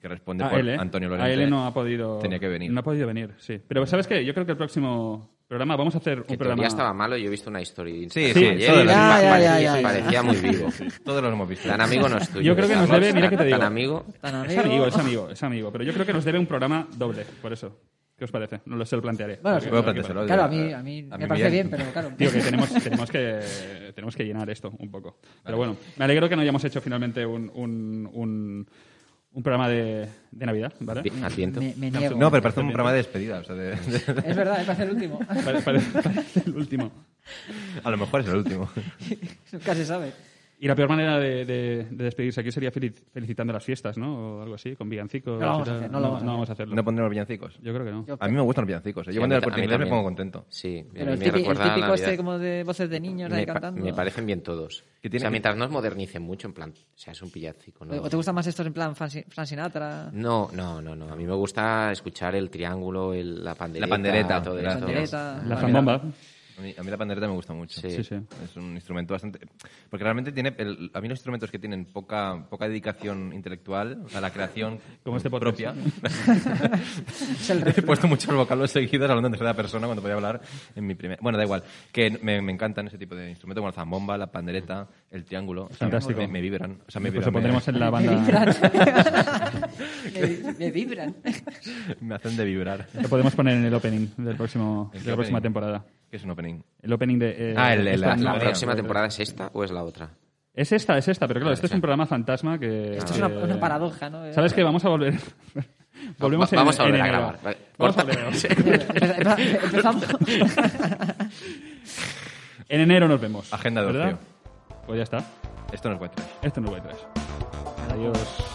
[SPEAKER 3] que responde por
[SPEAKER 1] AL,
[SPEAKER 3] Antonio Lorente.
[SPEAKER 1] AL ¿eh? no ha podido
[SPEAKER 3] tenía que venir.
[SPEAKER 1] No ha podido venir, sí. Pero sabes qué, yo creo que el próximo programa vamos a hacer un
[SPEAKER 4] Que
[SPEAKER 1] programa.
[SPEAKER 4] todavía estaba malo. Yo he visto una historia. de Instagram
[SPEAKER 3] Sí, sí,
[SPEAKER 4] ayer,
[SPEAKER 3] todo
[SPEAKER 4] y
[SPEAKER 3] lo-
[SPEAKER 2] Ya,
[SPEAKER 4] pa-
[SPEAKER 2] ya,
[SPEAKER 4] parecía-
[SPEAKER 2] ya, ya.
[SPEAKER 4] Parecía muy vivo.
[SPEAKER 3] Todos los hemos visto.
[SPEAKER 4] Tan amigo no es tuyo.
[SPEAKER 1] Yo creo que nos
[SPEAKER 4] Carlos,
[SPEAKER 1] debe, mira que te
[SPEAKER 4] tan-
[SPEAKER 1] digo.
[SPEAKER 4] Tan amigo.
[SPEAKER 1] Es
[SPEAKER 2] Tan amigo.
[SPEAKER 1] amigo, es amigo, es amigo. Pero yo creo que nos debe un programa doble, por eso. ¿Qué os parece? No lo se lo plantearé.
[SPEAKER 2] Bueno,
[SPEAKER 1] A ver
[SPEAKER 2] sí.
[SPEAKER 1] qué-
[SPEAKER 3] Puedo
[SPEAKER 1] a ver qué
[SPEAKER 3] planteárselo,
[SPEAKER 1] parece.
[SPEAKER 2] Claro,
[SPEAKER 3] ya.
[SPEAKER 2] a mí, a mí
[SPEAKER 3] A
[SPEAKER 2] me
[SPEAKER 3] mí
[SPEAKER 2] parece bien,
[SPEAKER 3] bien.
[SPEAKER 2] pero claro.
[SPEAKER 1] Digo que tenemos, tenemos que tenemos que llenar esto un poco. Pero bueno, me alegro que no hayamos hecho finalmente un, un, un, un programa de, de Navidad, ¿vale?
[SPEAKER 4] Di- Atiento.
[SPEAKER 2] me, me niego.
[SPEAKER 3] No, pero parece un programa de despedida. o sea, de- de-
[SPEAKER 2] Es verdad, es para hacer el último.
[SPEAKER 1] Pare- pare- parece el último.
[SPEAKER 3] a lo mejor es el último.
[SPEAKER 2] Nunca se sabe.
[SPEAKER 1] Y la peor manera de, de- de despedirse aquí sería felic- felicitando las fiestas, ¿no? O algo así, con villancicos.
[SPEAKER 2] No lo vamos
[SPEAKER 1] y
[SPEAKER 2] a
[SPEAKER 1] tal.
[SPEAKER 2] hacer, no lo vamos a
[SPEAKER 1] vamos a hacerlo.
[SPEAKER 3] ¿No pondremos villancicos?
[SPEAKER 1] Yo creo que no.
[SPEAKER 3] A mí me gustan los villancicos. eh.
[SPEAKER 4] Sí,
[SPEAKER 3] Yo
[SPEAKER 4] a
[SPEAKER 3] cuando
[SPEAKER 4] mí
[SPEAKER 3] el
[SPEAKER 4] ta- a mí
[SPEAKER 3] Corte Inglés me
[SPEAKER 4] también.
[SPEAKER 3] pongo contento.
[SPEAKER 4] Sí.
[SPEAKER 2] Pero
[SPEAKER 4] a mí
[SPEAKER 2] el
[SPEAKER 4] me
[SPEAKER 2] típico, el
[SPEAKER 4] recuerda a la
[SPEAKER 2] típico este
[SPEAKER 4] Navidad.
[SPEAKER 2] como de voces de niños ahí
[SPEAKER 4] me, pa-
[SPEAKER 2] cantando.
[SPEAKER 4] me parecen bien todos.
[SPEAKER 3] Que tiene
[SPEAKER 4] o sea,
[SPEAKER 3] que-
[SPEAKER 4] mientras nos modernicen mucho, en plan, o sea, es un villancico. ¿no?
[SPEAKER 2] ¿O te gustan más estos en plan Fran Sin- Fran Sinatra?
[SPEAKER 4] No, no, no, no. A mí me gusta escuchar el triángulo, el- la pandereta,
[SPEAKER 3] La pandereta,
[SPEAKER 4] todo
[SPEAKER 3] la
[SPEAKER 4] esto.
[SPEAKER 2] pandereta.
[SPEAKER 1] La
[SPEAKER 2] Ah,
[SPEAKER 1] zambomba.
[SPEAKER 3] A mí, a mí la pandereta me gusta mucho.
[SPEAKER 4] Sí.
[SPEAKER 1] Sí, Pues sí.
[SPEAKER 3] Es un instrumento bastante... Porque realmente tiene... el- a mí los instrumentos que tienen poca, poca dedicación intelectual a la creación
[SPEAKER 1] Como este podcast.
[SPEAKER 3] propia... He puesto muchos vocablos seguidos hablando en tercera persona cuando podía hablar en mi primer... Bueno, da igual. Que me, me encantan ese tipo de instrumentos como la zambomba, la pandereta, el triángulo. O sea,
[SPEAKER 1] Fantástico.
[SPEAKER 3] Me, me vibran. O sea, me
[SPEAKER 1] Pues
[SPEAKER 3] vibran.
[SPEAKER 1] lo pondremos
[SPEAKER 3] me,
[SPEAKER 1] en la banda.
[SPEAKER 2] me, me vibran.
[SPEAKER 3] me hacen de vibrar.
[SPEAKER 1] Lo podemos poner en el opening del próximo,
[SPEAKER 3] ¿El
[SPEAKER 1] de
[SPEAKER 3] qué
[SPEAKER 1] la próxima
[SPEAKER 3] opening?
[SPEAKER 1] temporada.
[SPEAKER 3] Que es un opening.
[SPEAKER 1] El opening de. eh,
[SPEAKER 3] Ah, el- el-
[SPEAKER 1] esta-
[SPEAKER 3] la-
[SPEAKER 4] ¿La
[SPEAKER 3] la-
[SPEAKER 4] próxima temporada es esta o es la otra?
[SPEAKER 1] Es esta, es esta, pero claro, este es
[SPEAKER 4] esa.
[SPEAKER 1] un programa fantasma que.
[SPEAKER 2] Esto es
[SPEAKER 1] que-
[SPEAKER 2] una, una paradoja, eh. ¿no?
[SPEAKER 1] ¿Sabes qué? Vamos a volver. Volvemos
[SPEAKER 4] Va-
[SPEAKER 1] en-
[SPEAKER 4] vamos a
[SPEAKER 1] en
[SPEAKER 4] volver a
[SPEAKER 1] enero.
[SPEAKER 4] grabar. Vale.
[SPEAKER 1] Vamos a
[SPEAKER 4] Corta.
[SPEAKER 1] volver a grabar.
[SPEAKER 2] Empeza- empeza- Empezamos.
[SPEAKER 1] En enero nos vemos.
[SPEAKER 3] Agenda de
[SPEAKER 1] ¿verdad?
[SPEAKER 3] ocio.
[SPEAKER 1] Pues ya está.
[SPEAKER 3] Esto no es White Trash.
[SPEAKER 1] Esto no lo voy a traer. Adiós.